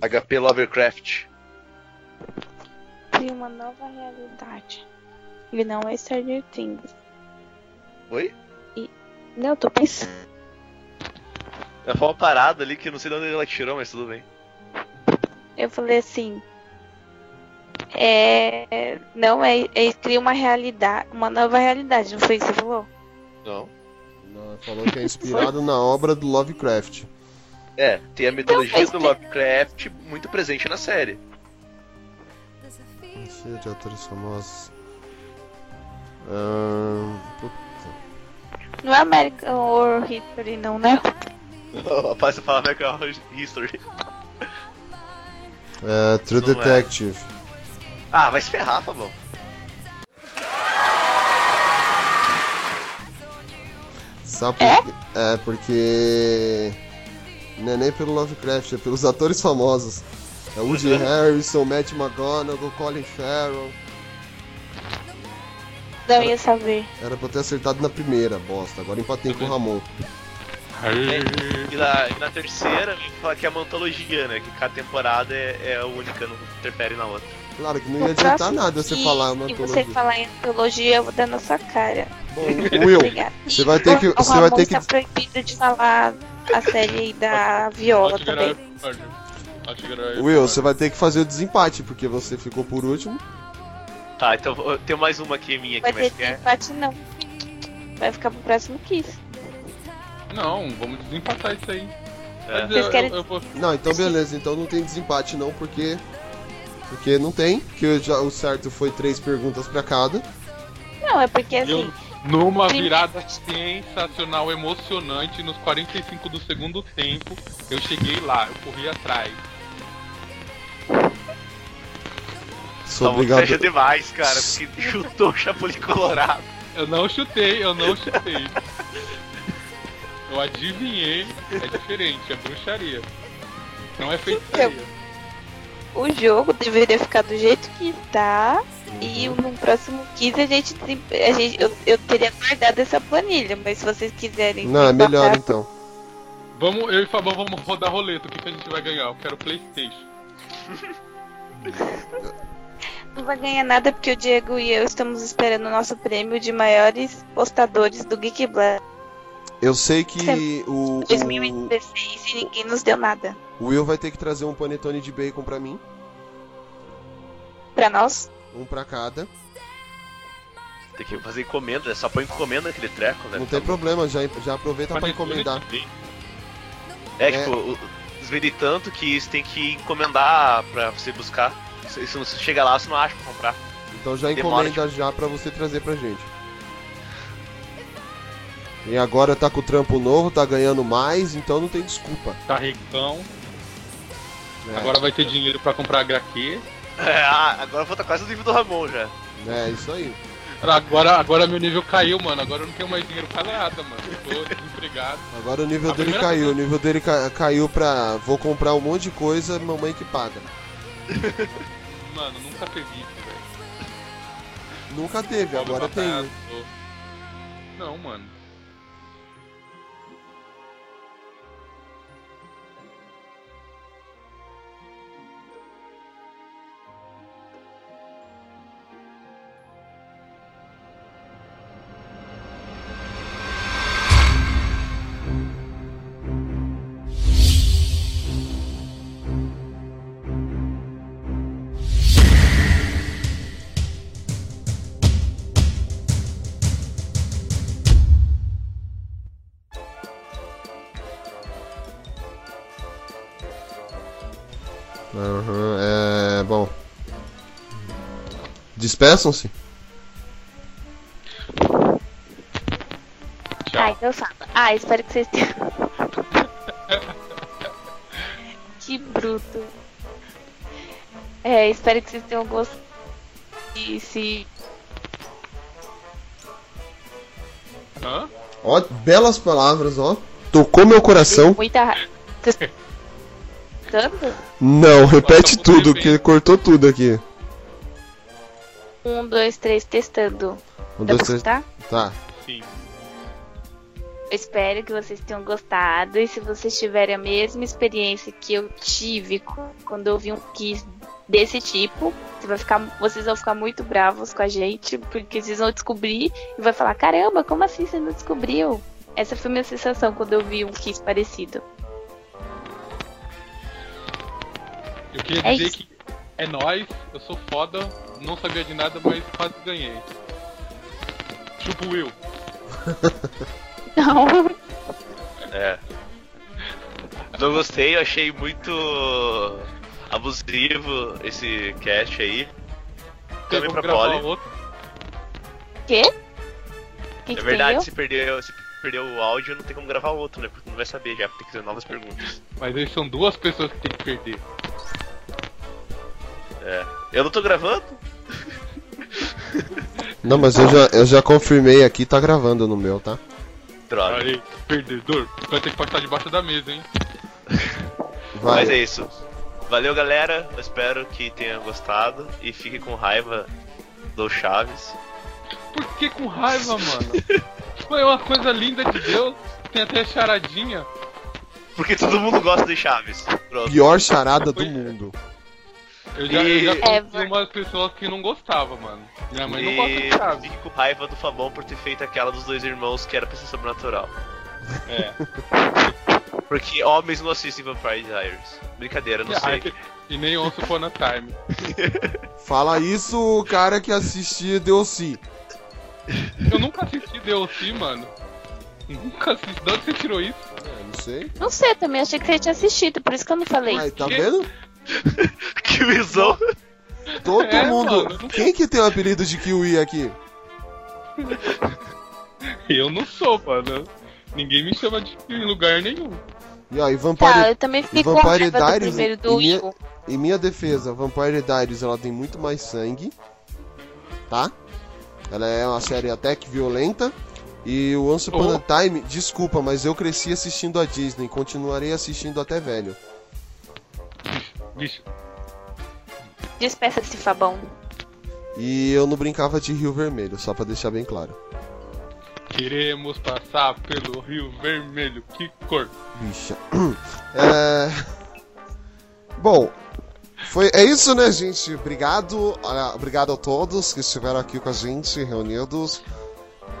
HP Lovecraft.
Cria uma nova realidade. Ele não é Stranger Things.
Oi?
Não, eu tô pensando.
Ela falou É uma parada ali que eu não sei de onde ela tirou, mas tudo bem.
Eu falei assim. É. Não, é, é cria uma realidade. Uma nova realidade, não foi isso que você falou?
Não.
Não, falou que é inspirado na obra do Lovecraft.
É, tem a mitologia do Lovecraft muito presente na série.
Cheio é de atores famosos. Ahn, puta.
Não é American Horror History, não, né?
Rapaz, você fala American Horror History.
É, True
Não é.
Detective.
Ah, vai se ferrar, Fabão.
Sabe por quê? É, porque. Não é nem pelo Lovecraft, é pelos atores famosos. É
Uhum.
Woody Harrison, Matt McGonagall, Colin Farrell.
Não ia saber.
Era pra eu ter acertado na primeira, bosta. Agora empatei
Uhum.
com o Ramon.
É.
E na, e na terceira, ele fala que é uma antologia, né? Que cada temporada é, é única, não interfere na outra.
Claro que não
No
ia adiantar
próximo
nada você
que-
falar uma
que
antologia.
você falar em antologia, eu vou dar na sua cara.
Will,
Obrigada.
você vai ter que.
O
Você vai
Ramon
ter que.
tá proibido de falar a série aí da Viola também.
Will, você vai ter que fazer o desempate, porque você ficou por último.
Tá, então eu tenho mais uma aqui minha que
Vai
é
ter
mais quer.
desempate, não. Vai ficar pro próximo quiz.
Não, vamos desempatar isso aí.
É.
Mas
Vocês
eu,
querem-
eu, eu vou.
Não, então beleza, então não tem desempate não, porque. Porque não tem, que eu já- o certo foi três perguntas pra cada.
Não, é porque assim.
Numa
Sim.
virada sensacional, emocionante, nos 45 do segundo tempo, eu cheguei lá, eu corri atrás.
Sou
Tá,
obrigado.
fecha demais, cara, porque chutou o Chapolin Colorado.
Eu não chutei, eu não chutei. eu adivinhei, é diferente, é bruxaria. Não é feitiçaria.
o jogo deveria ficar do jeito que tá. E no próximo quiz a gente, desem- a gente eu, eu teria guardado essa planilha, mas se vocês quiserem
Não, é melhor
desempatar,
então.
Vamos, eu e Fabão vamos rodar roleta, o que, que a gente vai ganhar? Eu quero Playstation.
não vai ganhar nada porque o Diego e eu estamos esperando o nosso prêmio de maiores postadores do Geek Blast
Eu sei que o, o,
2016 e ninguém nos deu nada.
o Will vai ter que trazer um panetone de bacon pra mim,
Pra nós,
um pra cada.
Tem que fazer encomenda, né? só põe encomenda naquele treco, né?
Não tem problema, já, já aproveita pra encomendar.
É, tipo, o- os vendem tanto que isso tem que encomendar pra você buscar. Se se você chega lá, você não acha pra comprar.
Então já
Demora,
encomenda já pra você trazer pra gente. E agora tá com o trampo novo, tá ganhando mais, então não tem desculpa.
Tá ricão.
É.
Agora vai ter dinheiro pra comprar HQ.
É, ah, agora falta quase o livro do Ramon já.
É isso aí.
Agora, agora meu nível caiu, mano. Agora eu não tenho mais dinheiro pra nada, mano. Eu tô desempregado.
Agora o nível
A
dele
primeira
caiu, o nível dele ca- caiu pra vou comprar um monte de coisa, mamãe que paga.
Mano, nunca teve isso, velho.
Nunca teve,
Pobre
agora tem.
bastardo. Não, mano.
Aham, é. Bom. Despeçam-se?
Ai, eu falo. Ah, espero que vocês tenham. que bruto. É, espero que vocês tenham gostado. E se.
Hã?
Ó, belas palavras, ó. Tocou meu coração.
Muita raiva. cortando?
Não, repete tudo, que ele cortou tudo aqui.
Um, dois, três, testando.
Um,
Dá
dois,
pra
três.
escutar?
Tá.
Eu espero que vocês tenham gostado e se vocês tiverem a mesma experiência que eu tive co- quando eu vi um quiz desse tipo, você vai ficar, vocês vão ficar muito bravos com a gente porque vocês vão descobrir e vai falar caramba, como assim você não descobriu? Essa foi minha sensação quando eu vi um quiz parecido.
Eu queria
É
dizer
isso.
que é nóis, eu sou foda, não sabia de nada, mas quase ganhei. Chupa o Will.
Não.
É. Não gostei, eu achei muito abusivo esse cast aí. Câmbio pra Polly.
Quê? Que
É
que
verdade,
tem
se perdeu, se perdeu o áudio, não tem como gravar outro, né? Porque tu não vai saber já, tem que fazer novas perguntas.
Mas eles são duas pessoas que tem que perder.
É. Eu não tô gravando?
Não, mas eu já, eu já confirmei aqui, tá gravando no meu, tá?
Droga.
Olha aí, perdedor. Vai ter que passar debaixo da mesa, hein?
Vai.
Mas é isso. Valeu, galera. Eu espero que tenham gostado e fique com raiva do Chaves.
Por que com raiva, mano? Foi uma coisa linda de Deus. Tem até charadinha.
Porque todo mundo gosta de Chaves. Pronto.
Pior charada do mundo.
Eu já,
E- É,
eu já conheci umas pessoas que não gostavam, mano. Minha mãe não gosta de
E
Chaves.
fique com raiva do Fabão por ter feito aquela dos dois irmãos que era pra ser sobrenatural.
É.
Porque homens não assistem Vampire Diaries. Brincadeira,
Ah,
não sei.
E nem ouço Upon a Time.
Fala isso, o cara que assistia deu sim.
Eu nunca assisti DLC, mano. Nunca assisti. De onde você tirou isso?
É, não sei.
Não sei, também achei que você tinha assistido, por isso que eu não falei.
Aí, tá vendo?
que visão!
Todo
É,
mundo.
mano.
Quem que tem o apelido de Kiwi aqui?
Eu não sou, mano. Ninguém me chama de em lugar nenhum.
E ó, e Vampire,
Tá, eu também fiquei
e
com
Vampire
raiva do
Diaries,
primeiro do
em, minha,
Will.
em minha defesa, Vampire Diaries ela tem muito mais sangue, tá? Ela é uma série até que violenta. E o Once
Oh.
Upon a Time, desculpa, mas eu cresci assistindo a Disney, continuarei assistindo até velho.
Bicho.
Despeça-se, Fabão.
E eu não brincava de Rio Vermelho, só pra deixar bem claro.
Queremos passar pelo Rio Vermelho. Que cor.
Bicha. É... Bom, foi... é isso, né, gente? Obrigado. ah, Obrigado a todos que estiveram aqui com a gente, reunidos.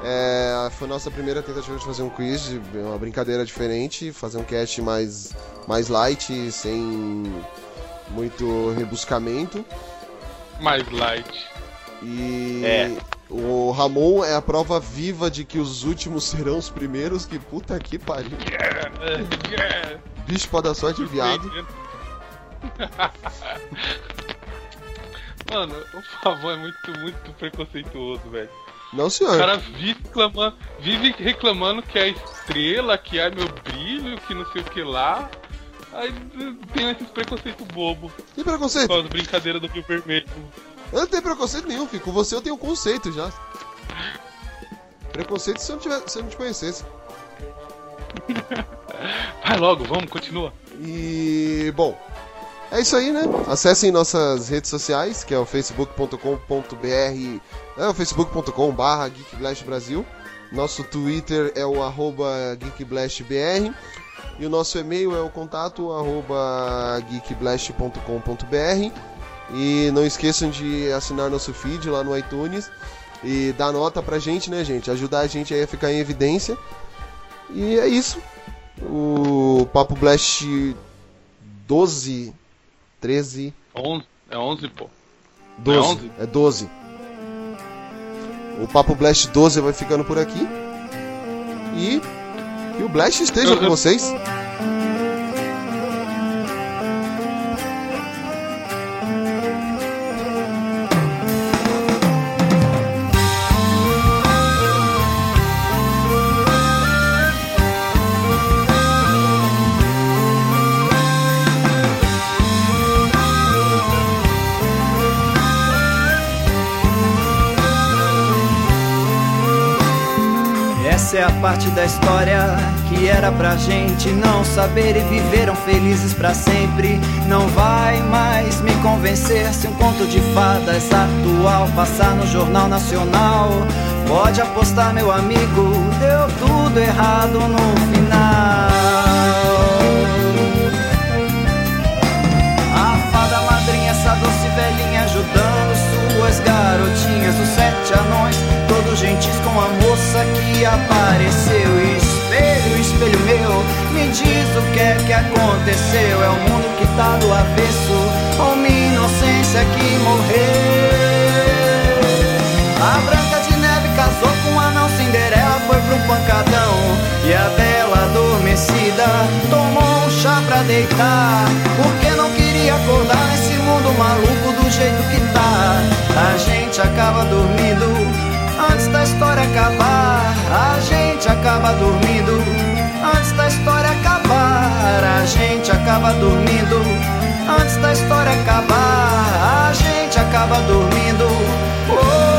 É, Foi nossa primeira tentativa de fazer um quiz, de- uma brincadeira diferente, fazer um cast mais, mais light, sem muito rebuscamento.
Mais light.
E
É.
o Ramon é a prova viva de que os últimos serão os primeiros, que puta que pariu.
É.
Yeah.
Bicho pode dar sorte, viado.
Mano, o Favão é muito, muito preconceituoso, velho.
Não,
O
senhor.
cara vive reclamando, vive reclamando que é estrela, que é meu brilho, que não sei o que lá. Aí tem esses preconceitos bobo.
Que preconceito?
Por causa da brincadeira do Rio Vermelho.
Eu não tenho preconceito nenhum, filho. Com você eu tenho conceito já. Preconceito se eu não, tiver, se eu não te conhecesse.
Vai logo, vamos, continua.
E. Bom. É isso aí, né? Acessem nossas redes sociais, que é o facebook.com.br. É o facebook.com.br geekblastbrasil. Nosso Twitter é o arroba geekblastbr. E o nosso e-mail é o contato arroba geekblast.com.br. E não esqueçam de assinar nosso feed lá no iTunes e dar nota pra gente, né, gente? Ajudar a gente aí a ficar em evidência. E é isso. O Papo Blast 12, 13,
11, é 11, pô.
12. É 12. O Papo Blast 12 vai ficando por aqui. E que o Blast esteja com vocês.
Essa é a parte da história que era pra gente não saber e viveram felizes pra sempre. Não vai mais me convencer se um conto de fadas atual passar no Jornal Nacional. Pode apostar, meu amigo, deu tudo errado no final. A fada madrinha, essa doce velhinha ajudando suas garotinhas, os sete anões, todos gentis com a moça que apareceu. Espelho, espelho meu, me diz o que é que aconteceu. É o mundo que tá do avesso, ou minha inocência que morreu. A branca de neve casou com um anão, Cinderela foi pro pancadão. E a bela adormecida tomou um chá pra deitar. Porque não queria acordar nesse mundo maluco do jeito que tá. A gente acaba dormindo antes da história acabar. A gente acaba dormindo antes da história acabar. A gente acaba dormindo antes da história acabar. A gente acaba dormindo. Oh, oh, oh.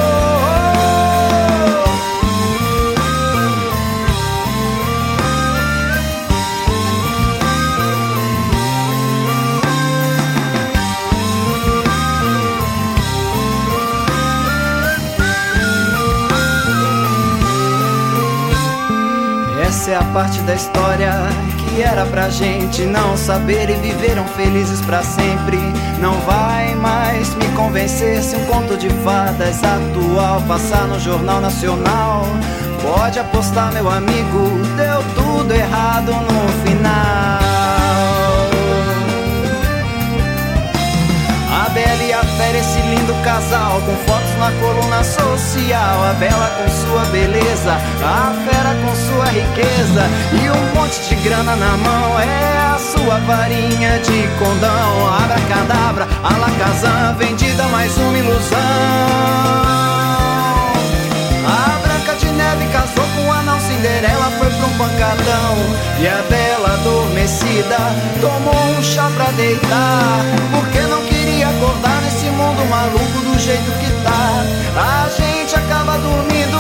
Essa é a parte da história que era pra gente não saber e viveram felizes pra sempre. Não vai mais me convencer se um conto de fadas atual passar no Jornal Nacional. Pode apostar, meu amigo, deu tudo errado no final. A Bela e a Fera, esse lindo casal Com fotos na coluna social A Bela com sua beleza A Fera com sua riqueza E um monte de grana na mão É a sua varinha de condão Abracadabra, alacazam Vendida mais uma ilusão a Branca de Neve casou com o anão Cinderela foi pra um pancadão E a Bela adormecida tomou um chá pra deitar Porque não queria acordar nesse mundo maluco do jeito que tá A gente acaba dormindo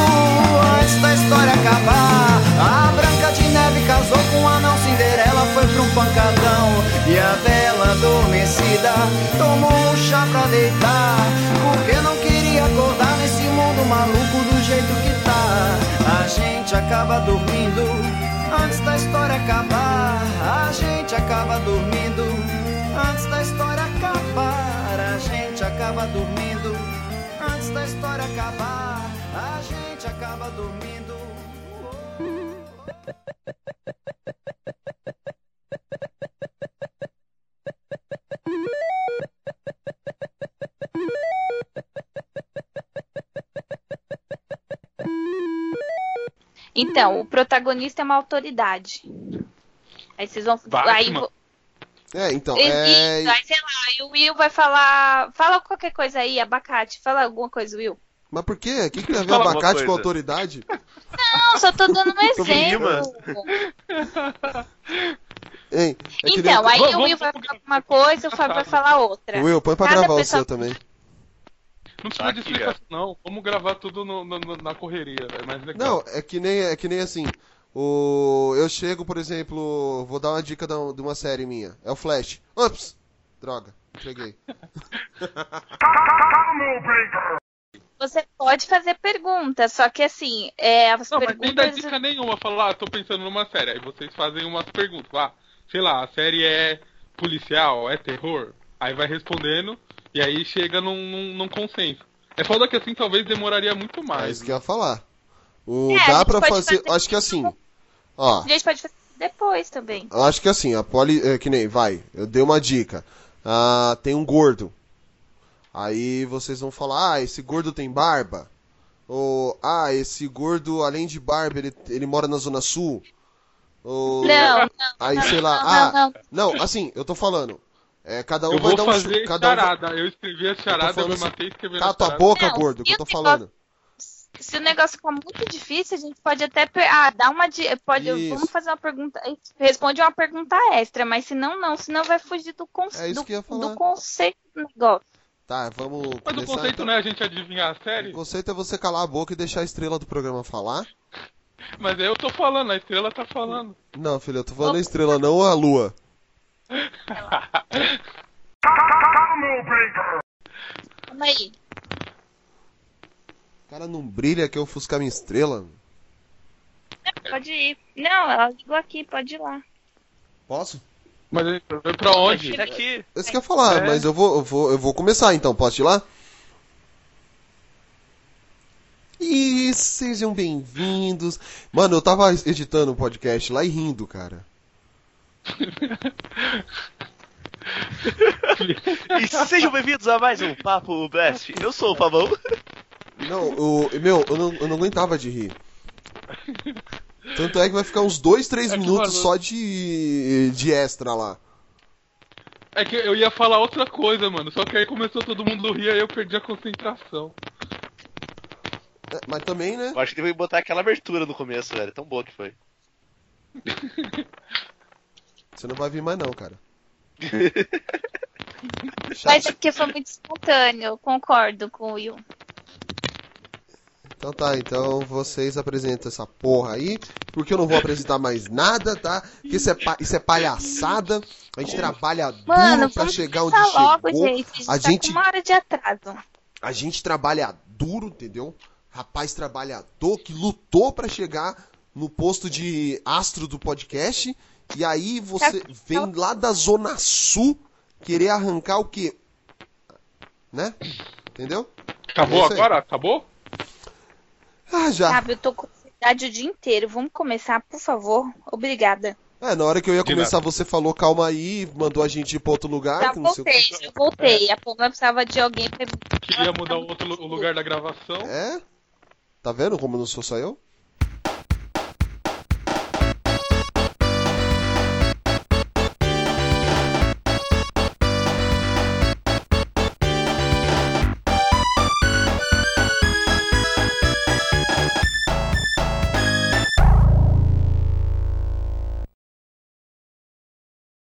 antes da história acabar A Branca de Neve casou com o anão Cinderela foi pra um pancadão E a Bela adormecida tomou um chá pra deitar Porque não queria acordar nesse mundo maluco do jeito que tá. A gente acaba dormindo antes da história acabar. A gente acaba dormindo antes da história acabar. A gente acaba dormindo antes da história acabar. A gente acaba dormindo.
Então,
Hum.
o protagonista é uma autoridade. Aí vocês vão. Aí, vo-
É, então,
Isso,
é.
aí sei lá, aí o Will vai falar. Fala qualquer coisa aí, abacate. Fala alguma coisa, Will.
Mas por quê? O que, que tem a ver
Fala uma
abacate com
coisa.
autoridade?
Não, só tô dando um
Tô
exemplo.
Hein? É que
então,
nem-
aí o Will vai falar uma coisa, o Fábio vai falar outra.
Will, põe pra
Cada
gravar o
pessoa-
seu também.
Não precisa de explicação, não. Vamos gravar tudo no- no- no- na correria. É mais legal.
Não, é que nem, é que nem assim. O... Eu chego, por exemplo, vou dar uma dica da- de uma série minha. É o Flash. Ups! Droga, cheguei.
Você pode fazer pergunta, só que assim, é, as
Não, mas nem dá
perguntas.
dica nenhuma. Falar, ah, tô pensando numa série. Aí vocês fazem umas perguntas. Ah, sei lá, a série é policial, é terror? Aí vai respondendo e aí chega num, num- num consenso. É foda que assim talvez demoraria muito
É
mais.
isso que eu ia falar. O...
É, a
Dá
gente
pra
pode
fazer...
fazer-
Acho que assim. Ó.
A gente pode fazer depois também.
Eu Acho que assim, a poli. é, que nem, vai, eu dei uma dica. Ah, tem um gordo. Aí vocês vão falar, ah, esse gordo tem barba. Ou, ah, esse gordo, além de barba, ele, ele mora na Zona Sul. Ou,
Não, não,
Aí,
não,
sei lá,
não,
ah,
não,
não. assim, eu tô falando. É, cada um
eu
vai
vou
dar um
fazer
chu- cada um vai-
charada. Eu escrevi a charada, eu,
falando
me
assim,
matei escrevendo
Cala
a
tua
charada.
boca,
Não,
gordo, que
e
eu tô
o negócio-
falando.
Se o negócio ficar muito difícil, a gente pode até pe- ah, dar uma di- pode
Isso.
vamos fazer uma pergunta, eh, responde uma pergunta extra, mas se não não, senão vai fugir do, con
É isso
do,
que eu ia falar.
do conceito do negócio.
Tá, vamos
Mas o
começar.
conceito
então.
não é a gente adivinhar a série?
O conceito é você calar a boca e deixar a estrela do programa falar.
Mas eu tô falando, a estrela tá falando.
Não, filho, eu tô falando a estrela, não a lua.
Calma aí.
O cara não brilha, quer ofuscar minha estrela.
Pode ir. Não, ela ligou aqui, pode ir lá.
Posso?
Mas foi pra onde?
Tira aqui.
Você quer falar,
É.
mas eu vou, eu vou, eu vou começar então, posso ir lá? E sejam bem-vindos. Mano, eu tava editando um podcast lá e rindo, cara.
E sejam bem-vindos a mais um Papo Blast. Eu sou o Fabão.
Não, eu, meu, eu não, eu não aguentava de rir. Tanto é que vai ficar uns dois, três minutos
valor.
só de, de extra lá.
É que eu ia falar outra coisa, mano. Só que aí começou todo mundo a rir, aí eu perdi a concentração.
mas também, né?
Eu acho que devia botar aquela abertura no começo, velho. Tão boa que foi.
Você não vai vir mais não, cara.
Mas é porque foi muito espontâneo, eu concordo com o Will.
Então tá, então vocês apresentam essa porra aí, porque eu não vou apresentar mais nada, tá? Porque isso é, pa- isso é palhaçada, a gente trabalha duro
Mano,
pra
vamos
chegar onde
começar
chegou.
logo, gente. A gente
A
tá
gente
com uma hora de atraso.
a gente trabalha duro, entendeu? Rapaz trabalhador que lutou pra chegar no posto de astro do podcast. E aí
Tá
você vem lá da Zona Sul querer arrancar o quê? Né? Entendeu?
Acabou
É isso aí.
agora? Acabou?
Ah, já.
Sabe, eu tô com ansiedade o dia inteiro. Vamos começar, por favor? Obrigada.
É, na hora que eu ia começar, você falou calma aí, mandou a gente ir pra outro lugar.
Já
que não sei o
voltei,
que.
eu voltei. A Pomba precisava de alguém pra...
Queria mudar o outro lu- o lugar da gravação.
É? Tá vendo como não sou só eu?